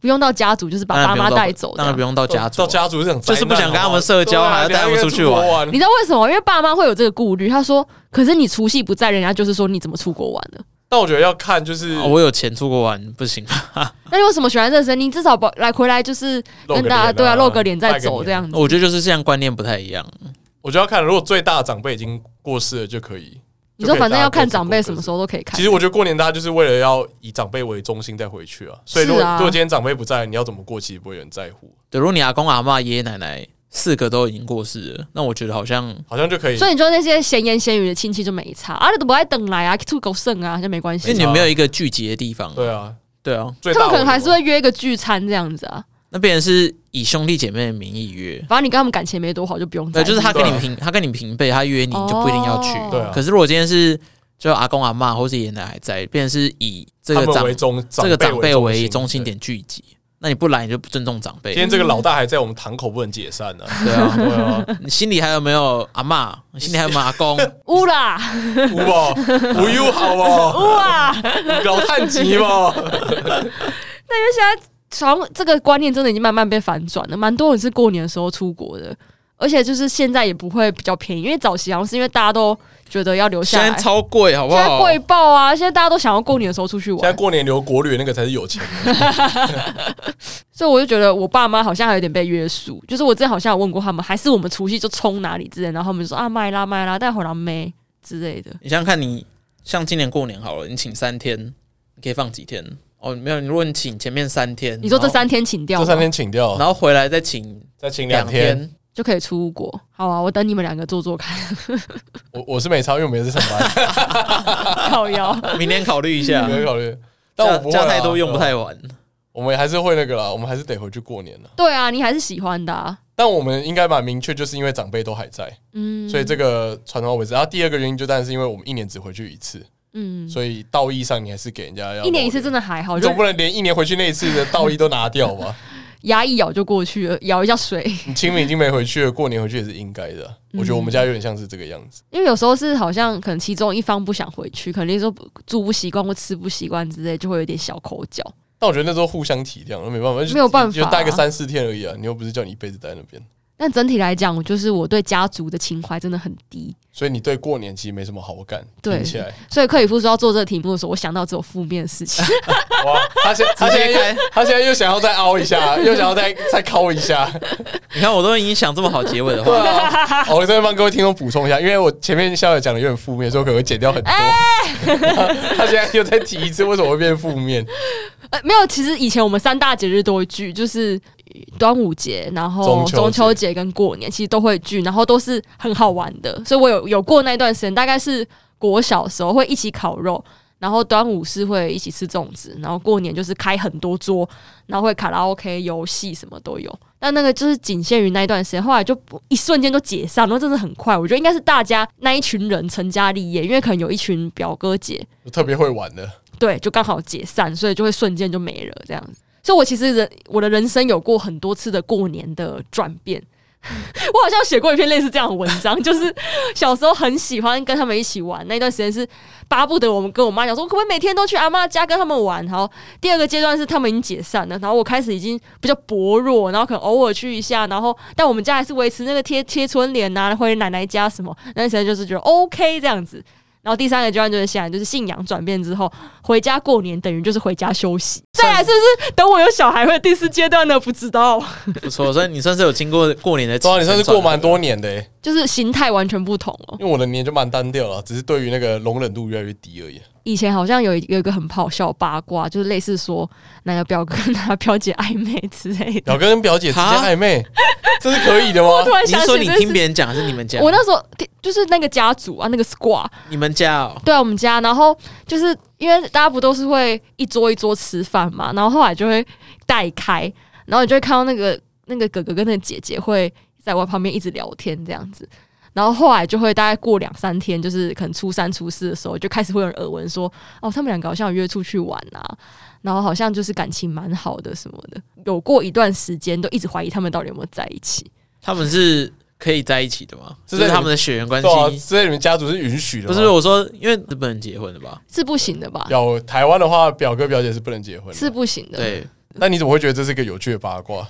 Speaker 3: 不用到家族，就是把
Speaker 1: 当然
Speaker 3: 爸
Speaker 1: 不
Speaker 3: 妈
Speaker 1: 用到
Speaker 3: 带走这
Speaker 1: 当然
Speaker 3: 样
Speaker 1: 不。用到家族啊
Speaker 2: 到，家族是很
Speaker 1: 就是不想跟他们社交，还要带他们出去玩。
Speaker 2: 玩
Speaker 3: 你知道为什么？因为爸妈会有这个顾虑，他说：“可是你除夕不在，人家就是说你怎么出国玩的？
Speaker 2: 但我觉得要看就是
Speaker 1: 哦我有钱出国玩不 行吗，
Speaker 3: 那你为什么喜欢认生？你至少把来回来就是
Speaker 2: 露
Speaker 3: 跟
Speaker 2: 个
Speaker 3: 大
Speaker 2: 脸
Speaker 3: 家
Speaker 2: 啊
Speaker 3: 对啊露个脸再
Speaker 2: 拜个
Speaker 3: 走
Speaker 2: 年
Speaker 3: 这样子。
Speaker 1: 我觉得就是这样观念不太一样。
Speaker 2: 我就要看，如果最大的长辈已经过世了，就可以。
Speaker 3: 你说反正要看长辈
Speaker 2: 就
Speaker 3: 什
Speaker 2: 可以大家各自过各自
Speaker 3: 么时候都可以看。
Speaker 2: 其实我觉得过年大家就是为了要以长辈为中心再回去啊，所以如果、
Speaker 3: 是啊
Speaker 2: 如果今天长辈不在，你要怎么过，其实不会有人在乎，
Speaker 1: 对，如果你阿公阿妈、爷爷奶奶四个都已经过世了，那我觉得好像
Speaker 2: 好像就可以。
Speaker 3: 所以你说那些闲言闲语的亲戚就没差，啊，你都不爱等来啊，出狗剩啊，就没关
Speaker 1: 因为
Speaker 3: 系。
Speaker 1: 你没有一个聚集的地方。
Speaker 2: 哎对啊，
Speaker 1: 对啊，
Speaker 2: 最
Speaker 3: 他
Speaker 2: 大
Speaker 3: 们
Speaker 2: 的
Speaker 3: 可能还是
Speaker 2: 我
Speaker 3: 会约一个聚餐这样子啊，
Speaker 1: 那别人是以兄弟姐妹的名义约。
Speaker 3: 反正你跟他们感情没多好，就不用在
Speaker 1: 对，
Speaker 3: 意。
Speaker 1: 就是他跟
Speaker 2: 对
Speaker 1: 你
Speaker 2: 啊
Speaker 1: 平，他跟你平辈，他约你就不一定要去。
Speaker 3: 哦
Speaker 2: 对啊
Speaker 1: 可是如果今天是就阿公阿妈或是爷爷奶奶还在，变成是以这个
Speaker 2: 他们
Speaker 1: 长
Speaker 2: 为中
Speaker 1: 这个长辈
Speaker 2: 辈
Speaker 1: 为
Speaker 2: 中
Speaker 1: 中心。点聚集，那你不来你就不尊重长
Speaker 2: 对
Speaker 1: 辈
Speaker 2: 今。天这个老大还在我们堂口不能解散呢、啊，
Speaker 1: 对啊，
Speaker 2: 对啊，
Speaker 1: 你心里还有没有阿妈？你心里还有没有阿公？
Speaker 3: 乌啦
Speaker 2: 不吧， 不友好吧，
Speaker 3: 乌啦，
Speaker 2: 老叹 气吧，
Speaker 3: 从这个观念真的已经慢慢被反转了，蛮多人是过年的时候出国的，而且就是现在也不会比较便宜，因为早期好像是因为大家都觉得要留下
Speaker 1: 现
Speaker 3: 来，
Speaker 1: 在超贵，好不
Speaker 2: 哦
Speaker 3: 现在
Speaker 1: 好？
Speaker 3: 贵爆啊！现在大家都想要过年的时候出去
Speaker 2: 现在
Speaker 3: 玩，
Speaker 2: 过年留国旅那个才是有钱的，
Speaker 3: 所以我就觉得我爸妈好像还有点被约束，就是我之前好像有问过他们，还是我们除夕就冲哪里之类，然后他们就说啊卖啦卖啦，带回来没之类的。
Speaker 1: 你想想看你，像今年过年好了，你请三天，你可以放几天？哦，没有，如果你请前面三天，
Speaker 3: 你说这
Speaker 1: 然后
Speaker 3: 三天请掉
Speaker 2: 这
Speaker 3: 吗，
Speaker 2: 三天请掉，
Speaker 1: 然后回来再请
Speaker 2: 再请两
Speaker 1: 两
Speaker 2: 天。
Speaker 1: 天，
Speaker 3: 就可以出国。好啊，我等你们两个做做看，
Speaker 2: 我我是没差，因为我没在上班，
Speaker 3: 靠腰。
Speaker 1: 明天考 虑一下
Speaker 2: 没。有考虑。但我
Speaker 1: 加
Speaker 2: 嗯不会啊
Speaker 1: 加太多用不太完，
Speaker 2: 我们还是会那个啦，我们还是得回去过年了。
Speaker 3: 对啊，你还是喜欢的、啊，
Speaker 2: 但我们应该蛮明确，就是因为长辈都还在，
Speaker 3: 嗯，
Speaker 2: 所以这个传统维持。然后第二个原因就当然是因为我们一年只回去一次，
Speaker 3: 嗯，
Speaker 2: 所以道义上你还是给人家要
Speaker 3: 一年一次真
Speaker 2: 的，
Speaker 3: 的还好，
Speaker 2: 你
Speaker 3: 哦就
Speaker 2: 总不能连一年回去那一次的道义都拿掉吧？
Speaker 3: 牙一咬就过去了，咬一下 水。
Speaker 2: 你清明已经没回去了，过年回去也是应该的。啊我觉得我
Speaker 3: 嗯
Speaker 2: 们家有点像是这个样子，
Speaker 3: 因为有时候是好像可能其中一方不想回去，可能说住不习惯或吃不习惯之类，就会有点小口角。
Speaker 2: 但我觉得那时候互相体谅，那没办法，就
Speaker 3: 没有办法
Speaker 2: 就待个三四天而已啊。你又不是叫你一辈子待在那边，
Speaker 3: 但整体来讲，我就是我对家族的情怀真的很低，
Speaker 2: 所以你对过年其实没什么好感。
Speaker 3: 对
Speaker 2: 听 起来
Speaker 3: 所以克里夫说要做这个题目的时候，我想到只有负面的事情。
Speaker 2: 哇，他现啊他
Speaker 1: 直
Speaker 2: 现
Speaker 1: 接
Speaker 2: 在
Speaker 1: 开
Speaker 2: 又他现在又想要再凹一下，又想要再再敲一 下。
Speaker 1: 你看我都已经想这么好结尾的
Speaker 2: 对
Speaker 1: 话，
Speaker 2: 啊，哦我这边帮各位听众补充一下，因为我前面校友讲的有点负面，所以我可能会剪掉很多。
Speaker 3: 哎
Speaker 2: 他现在又再提一次，为什么会变负面？
Speaker 3: 呃，没有，其实以前我们三大节日都会聚，就是端午节，然后
Speaker 2: 中秋节
Speaker 3: 中秋节跟过年，其实都会聚，然后都是很好玩的。所以我有有过那段时间，大概是国小的时候会一起烤肉，然后端午是会一起吃粽子，然后过年就是开很多桌，然后会卡拉 OK、游戏什么都有。但那个就是仅限于那一段时间，后来就不一瞬间就解散了，真的很快。我觉得应该是大家那一群人成家立业，因为可能有一群表哥姐，
Speaker 2: 我特别会玩的，
Speaker 3: 对，就刚好解散，所以就会瞬间就没了这样子。所以我其实人我的人生有过很多次的过年的转变。 我好像写过一篇类似这样的文章， 就是小时候很喜欢跟他们一起玩，那段时间是巴不得我们跟我妈讲说，可不可以每天都去阿妈家跟他们玩。然后第二个阶段是他们已经解散了，然后我开始已经比较薄弱，然后可能偶尔去一下，然后但我们家还是维持那个贴贴春联啊，回奶奶家什么，那段时间就是觉得 OK 这样子。然后第三个阶段就是现在就是信仰转变之后，回家过年等于就是回家休息。再来是不是等我有小孩会有第四阶段呢？不知道。
Speaker 1: 不错，所以你算是有经过过年的，
Speaker 2: 啊对啊，你算是过蛮，多年的欸、
Speaker 3: 就是形态完全不同哦。
Speaker 2: 因为我的年就蛮单调了，只是对于那个容忍度越来越低而已。
Speaker 3: 以前好像有一有一个很好笑的八卦，就是类似说哪个表哥 跟他表姐暧昧之类的。
Speaker 2: 表哥跟表姐之间
Speaker 1: 哈
Speaker 2: 暧昧，这是可以的吗
Speaker 3: 突？然
Speaker 1: 你
Speaker 3: 想
Speaker 1: 是
Speaker 3: 起
Speaker 1: 说你
Speaker 3: 这件
Speaker 1: 听
Speaker 3: 事
Speaker 1: 别人讲还是你们讲？
Speaker 3: 我那时候就是那个家族啊，那个 squad，
Speaker 1: 你们家哦，
Speaker 3: 对啊，我们家，然后就是因为大家不都是会一桌一桌吃饭嘛，然后后来就会带开，然后你就会看到那个那个哥哥跟那个姐姐会在我旁边一直聊天这样子，然后后来就会大概过两三天，就是可能初三初四的时候，就开始会有人耳闻说，哦，他们两个好像有约出去玩啊，然后好像就是感情蛮好的什么的，有过一段时间都一直怀疑他们到底有没有在一起，
Speaker 1: 他们是可以在一起的吗？
Speaker 2: 这
Speaker 1: 这
Speaker 2: 在
Speaker 1: 是他们的血缘关系
Speaker 2: 对，啊，这在你们家族是允许的吗。
Speaker 1: 不是我说，因为日本人结婚了吧？
Speaker 3: 是不行的吧？
Speaker 2: 有台湾的话，表哥表姐是不能结婚的。
Speaker 3: 是不行的，
Speaker 1: 对，
Speaker 2: 那你怎么会觉得这是一个有趣的八卦？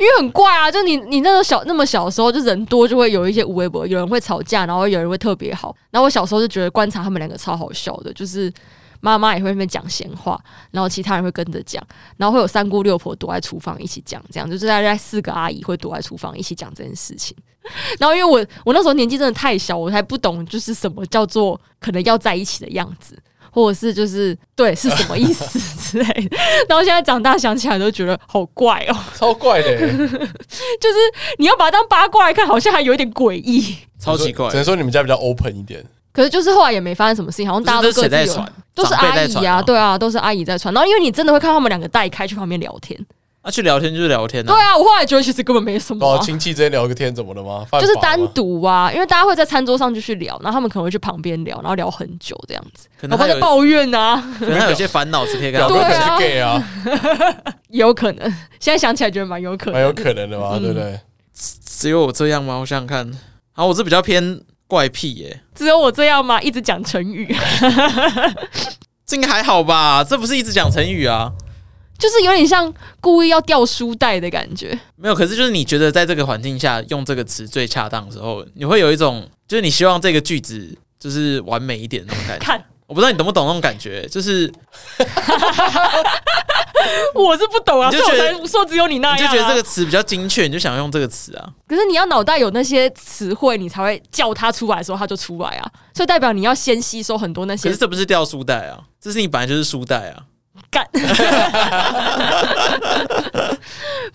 Speaker 3: 因为很怪啊，就你你那时候小那么小的时候，就人多就会有一些无微博，有人会吵架，然后有人会特别好。然后我小时候就觉得观察他们两个超好笑的，就是妈妈也会在那边讲闲话，然后其他人会跟着讲，然后会有三姑六婆躲在厨房一起讲，这样就是大概四个阿姨会躲在厨房一起讲这件事情。 然后因为我我那时候年纪真的太小，我还不懂就是什么叫做可能要在一起的样子。或者是就是对是什么意思之类的， 然后现在长大想起来都觉得好怪哦、
Speaker 2: 超怪的、欸，
Speaker 3: 就是你要把它当八卦来看，好像还有一点诡异。
Speaker 1: 超奇怪
Speaker 2: 只。能说你们家比较 open 一点。
Speaker 3: 可是就是后来也没发生什么事情，好像大家
Speaker 1: 这
Speaker 3: 都
Speaker 1: 是谁
Speaker 3: 各
Speaker 1: 在
Speaker 3: 自有
Speaker 1: 传？
Speaker 3: 都是
Speaker 1: 长辈
Speaker 3: 阿
Speaker 1: 在
Speaker 3: 姨
Speaker 1: 传哦
Speaker 3: 啊，
Speaker 1: 吗。
Speaker 3: 对啊，都是阿姨在传。然后因为你真的会看到他们两个带开去旁边聊天，
Speaker 1: 啊，去聊天就是聊天
Speaker 3: 对
Speaker 1: 啊。
Speaker 3: 啊，我后来觉得其实根本没什么
Speaker 2: 哦，
Speaker 3: 啊、
Speaker 2: 亲戚之间聊个天怎么了吗？犯法
Speaker 3: 就是
Speaker 2: 吗
Speaker 3: 单独啊，因为大家会在餐桌上就去聊，然后他们可能会去旁边聊，然后聊很久这样子，
Speaker 1: 可
Speaker 3: 然
Speaker 1: 能
Speaker 3: 后
Speaker 1: 他
Speaker 3: 在
Speaker 1: 有，
Speaker 3: 抱怨啊，
Speaker 1: 可能他有些烦恼是可以跟他
Speaker 2: 表哥
Speaker 1: 们
Speaker 2: 可
Speaker 3: 对
Speaker 2: 能
Speaker 3: 啊
Speaker 2: 是 gay 啊，
Speaker 3: 也有可能。现在想起来觉得蛮有可能
Speaker 2: 蛮
Speaker 1: 哎
Speaker 3: 的，
Speaker 2: 有可能的嘛，对不对？
Speaker 1: 只有我这样吗？我想想看。啊，我这比较偏怪癖耶、
Speaker 3: 只有我这样吗？一直讲成语，
Speaker 1: 这应该还好吧？这不是一直讲成语啊？
Speaker 3: 就是有点像故意要掉书袋的感觉。
Speaker 1: 没有，可是就是你觉得在这个环境下用这个词最恰当的时候，你会有一种就是你希望这个句子就是完美一点的那种感觉。
Speaker 3: 看，
Speaker 1: 我不知道你懂不懂那种感觉，就是
Speaker 3: 我是不懂啊，
Speaker 1: 你
Speaker 3: 所
Speaker 1: 就
Speaker 3: 以我
Speaker 1: 觉得
Speaker 3: 才说只有你那
Speaker 1: 你就
Speaker 3: 样、啊。
Speaker 1: 觉得这个词比较精确，你就想用这个词啊。
Speaker 3: 可是你要脑袋有那些词汇，你才会叫它出来的时候它就出来啊，所以代表你要先吸收很多那
Speaker 1: 可
Speaker 3: 些
Speaker 1: 是这不是掉书袋啊，这是你本来就是书袋啊。
Speaker 3: 干。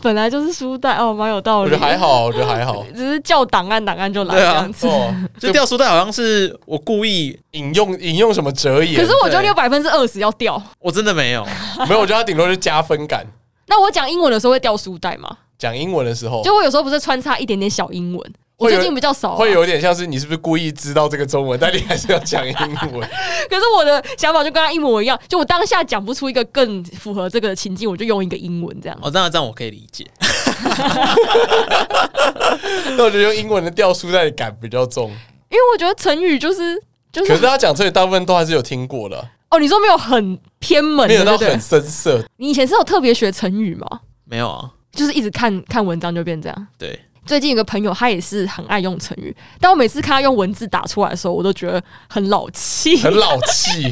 Speaker 3: 本来就是书袋哦，蛮有道
Speaker 2: 我
Speaker 3: 理。
Speaker 2: 觉得还，好，我觉得还好。
Speaker 3: 只是叫档案档案就来这
Speaker 1: 对啊
Speaker 3: 样子。
Speaker 2: 哦，
Speaker 1: 就掉书袋好像是我故意，
Speaker 2: 引用引用什么哲言？
Speaker 3: 可是我觉得你
Speaker 1: 对
Speaker 3: 有百分之二十要掉。
Speaker 1: 我真的没有。
Speaker 2: 没有，我觉得他顶多是加分感。
Speaker 3: 那我讲英文的时候会掉书袋吗？
Speaker 2: 讲英文的时候，
Speaker 3: 就我有时候不是穿插一点点小英文，
Speaker 2: 哦
Speaker 3: 我
Speaker 2: 会有
Speaker 3: 最近比较少、啊。
Speaker 2: 会有点像是你是不是故意知道这个中文，但你还是要讲英文。
Speaker 3: 可是我的想法就跟他一模一样，就我当下讲不出一个更符合这个情境，我就用一个英文这样。
Speaker 1: 哦，这样这样我可以理解。
Speaker 2: 那我觉得用英文的掉书袋的感比较重。
Speaker 3: 因为我觉得成语就是就
Speaker 2: 可
Speaker 3: 是
Speaker 2: 是他讲这里大部分都还是有听过的，
Speaker 3: 哦，你说没有很偏门
Speaker 2: 没有到
Speaker 3: 的，对不对
Speaker 2: 很？深涩。
Speaker 3: 你以前是有特别学成语吗？
Speaker 1: 没有啊，
Speaker 3: 就是一直看看文章就变这样。
Speaker 1: 对，
Speaker 3: 最近有个朋友，他也是很爱用成语，但我每次看他用文字打出来的时候，我都觉得很老 气，
Speaker 2: 很老气，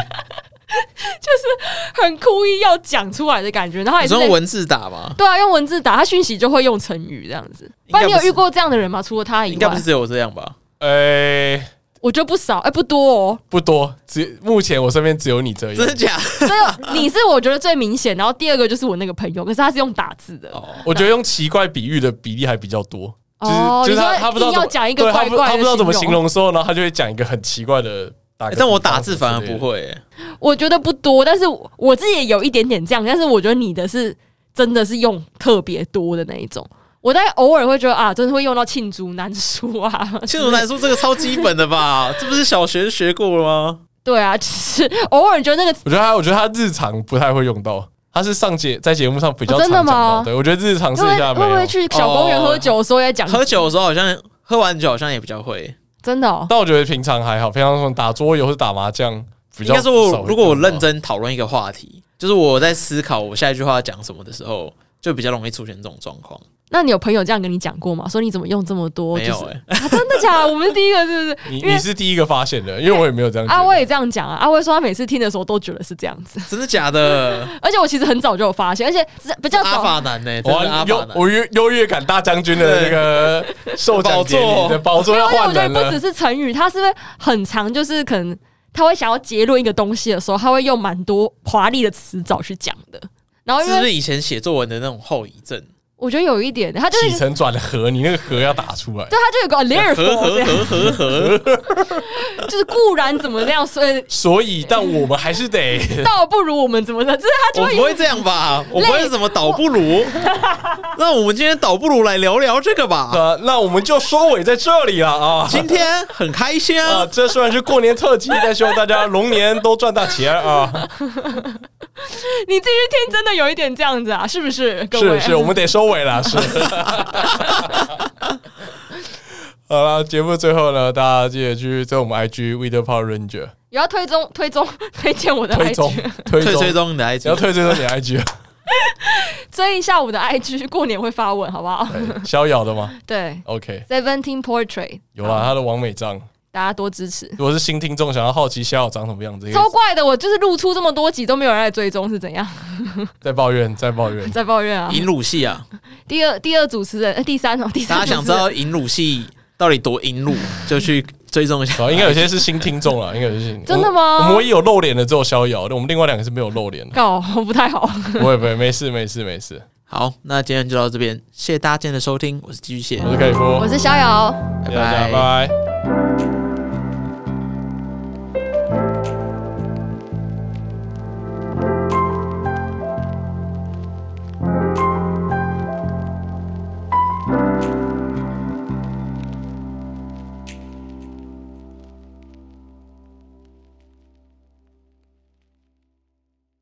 Speaker 3: 很故意要讲出来的感觉。然后他
Speaker 1: 你
Speaker 3: 也是
Speaker 1: 说
Speaker 3: 在
Speaker 1: 用文字打吗？
Speaker 3: 对啊，用文字打，他讯息就会用成语这样子。
Speaker 1: 应
Speaker 3: 不
Speaker 1: 该
Speaker 3: 然
Speaker 1: 不
Speaker 3: 你
Speaker 1: 是
Speaker 3: 有遇过这样的人吗？除了他以
Speaker 1: 应该不
Speaker 3: 外
Speaker 1: 是，只有我这样吧？
Speaker 2: 呃、
Speaker 3: 我觉得不少，哎、不多哦。
Speaker 2: 不多，只目前我身边只有你这
Speaker 1: 真的
Speaker 2: 样。
Speaker 1: 假的？
Speaker 3: 所以哦你是我觉得最明显，然后第二个就是我那个朋友，可是他是用打字的。
Speaker 1: 哦，
Speaker 2: 我觉得用奇怪比喻的比例还比较多，就是、
Speaker 3: 哦
Speaker 2: 就是
Speaker 3: 你
Speaker 2: 他
Speaker 3: 说
Speaker 2: 他不知道
Speaker 3: 硬要
Speaker 2: 怎么
Speaker 3: 讲一个
Speaker 2: 对他
Speaker 3: 怪
Speaker 2: 不
Speaker 3: 怪的
Speaker 2: 他不知道怎么
Speaker 3: 形
Speaker 2: 形
Speaker 3: 容
Speaker 2: 容的时候，然后他就会讲一个很奇怪的打
Speaker 1: 欸
Speaker 2: 个比方之类的。
Speaker 1: 但我打字反而不会欸。
Speaker 3: 我觉得不多，但是我我自己也有一点点这样，但是我觉得你的是真的是用特别多的那一种。我在偶尔会觉得啊，真的会用到罄竹难书啊，
Speaker 1: 清楚来说，这个超基本的吧？这不是小学学过了吗？
Speaker 3: 对啊， 就是偶尔觉得那个
Speaker 2: 我觉得他，我觉得他日常不太会用到，他是上节在节目上比较常
Speaker 3: 哦真的
Speaker 2: 讲到。
Speaker 3: 吗
Speaker 2: 对，我觉得日常试
Speaker 3: 会
Speaker 2: 一下
Speaker 3: 不
Speaker 2: 没
Speaker 3: 会会不
Speaker 2: 有
Speaker 3: 会，去小公园喝酒的时候在讲、
Speaker 1: 喝酒的时候好像喝完酒好像也比较会。
Speaker 3: 真的、哦，
Speaker 2: 但我觉得平常还好，平常说打桌游或是打麻将比
Speaker 1: 应
Speaker 2: 较
Speaker 1: 该
Speaker 2: 少
Speaker 1: 说
Speaker 2: 会用到。
Speaker 1: 我如果我认真讨论一个话题，就是我在思考我下一句话要讲什么的时候，就比较容易出现这种状况。
Speaker 3: 那你有朋友这样跟你讲过吗？说你怎么用这么多？
Speaker 1: 没有
Speaker 3: 就是
Speaker 1: 哎、
Speaker 3: 啊真的假的？我们是第一个，是不是？
Speaker 2: 你
Speaker 3: 因为
Speaker 2: 你是第一个发现的，因为我也没有这样觉得。
Speaker 3: 阿威也这样讲啊，阿威说他每次听的时候都觉得是这样子，
Speaker 1: 真的假 的？
Speaker 3: 而且我其实很早就有发现，而且是比较
Speaker 1: 阿
Speaker 3: 早，
Speaker 1: 法男呢、欸真的是
Speaker 2: 哇
Speaker 1: 阿，法
Speaker 2: 优
Speaker 1: 男。
Speaker 2: 我优优越感大将军的那个受奖典礼的宝座要
Speaker 3: 而哦且我
Speaker 2: 换
Speaker 3: 觉得
Speaker 2: 人
Speaker 3: 不只
Speaker 2: 了。
Speaker 3: 是成语，他是不是很长？就是可能他会想要结论一个东西的时候，他会用蛮多华丽的词藻去讲的。然后因
Speaker 1: 是不
Speaker 3: 为
Speaker 1: 是以前写作文的那种后遗症？
Speaker 3: 我觉得有一点，他就是
Speaker 2: 起承转合，你那个合要打出来。
Speaker 3: 对他就有个 l e r
Speaker 1: 和和和和和，
Speaker 3: 就是固然怎么样，所以
Speaker 2: 所以，但我们还是得，
Speaker 3: 倒不如我们怎么的，就是他
Speaker 1: 我
Speaker 3: 就会
Speaker 1: 不会这样吧？我不会怎么倒不 如？那我们今天倒不如来聊聊这个 吧。
Speaker 2: 呃，那我们就收尾在这里了啊。
Speaker 1: 今天很开心
Speaker 2: 啊、
Speaker 1: 啊，
Speaker 2: 这虽然是过年特辑，但希望大家龙年都赚大钱啊！
Speaker 3: 你自己去听，真的有一点这样子啊，是不是？ 各位
Speaker 2: 是是，我们得收尾 了，是。 好了，节目最后呢，大家记得去在我们 IG w e d e r Power Ranger
Speaker 3: 也要推踪 推踪推荐我的
Speaker 2: 推踪
Speaker 3: IG，
Speaker 2: 推
Speaker 1: 退
Speaker 2: 踪，
Speaker 1: 追踪你的爱
Speaker 2: 只
Speaker 1: 情
Speaker 2: 要。退追踪你啊的 IG，
Speaker 3: 追一下我的 IG，过年会发文好不好？
Speaker 2: 对逍遥的吗
Speaker 3: 对
Speaker 2: ？OK，
Speaker 3: ，Seventeen Portrait
Speaker 2: 有啦，他的王美章。
Speaker 3: 大家多支持。
Speaker 2: 如果是新听众，想要好奇逍遥长什么样子，也可以
Speaker 3: 超怪的，我就是露出这么多集都没有人来追踪是 怎样？
Speaker 2: 再抱怨，再抱怨。
Speaker 3: 在抱怨啊！
Speaker 1: 引乳戏啊，
Speaker 3: 第二第二主持人，呃第三哦，第
Speaker 1: 大
Speaker 3: 三
Speaker 1: 家
Speaker 3: 主
Speaker 1: 想
Speaker 3: 持人
Speaker 1: 知道引乳戏到底多引乳，就去追踪一
Speaker 2: 好，
Speaker 1: 下。
Speaker 2: 应该有些是新听众了，应该有些是
Speaker 3: 真的吗
Speaker 2: 我们唯一有露脸的只有逍遥，我们另外两个是没有露脸的。
Speaker 3: 搞不太
Speaker 1: 哦
Speaker 3: 好。
Speaker 2: 不会不会，没事没事没事，
Speaker 1: 好，那今天就到这边，谢谢大家今天的收听，我是寄居蟹，
Speaker 2: 我是凯波，
Speaker 3: 我是逍遥。
Speaker 1: 拜
Speaker 2: 谢谢大家
Speaker 1: 拜
Speaker 2: 拜。拜。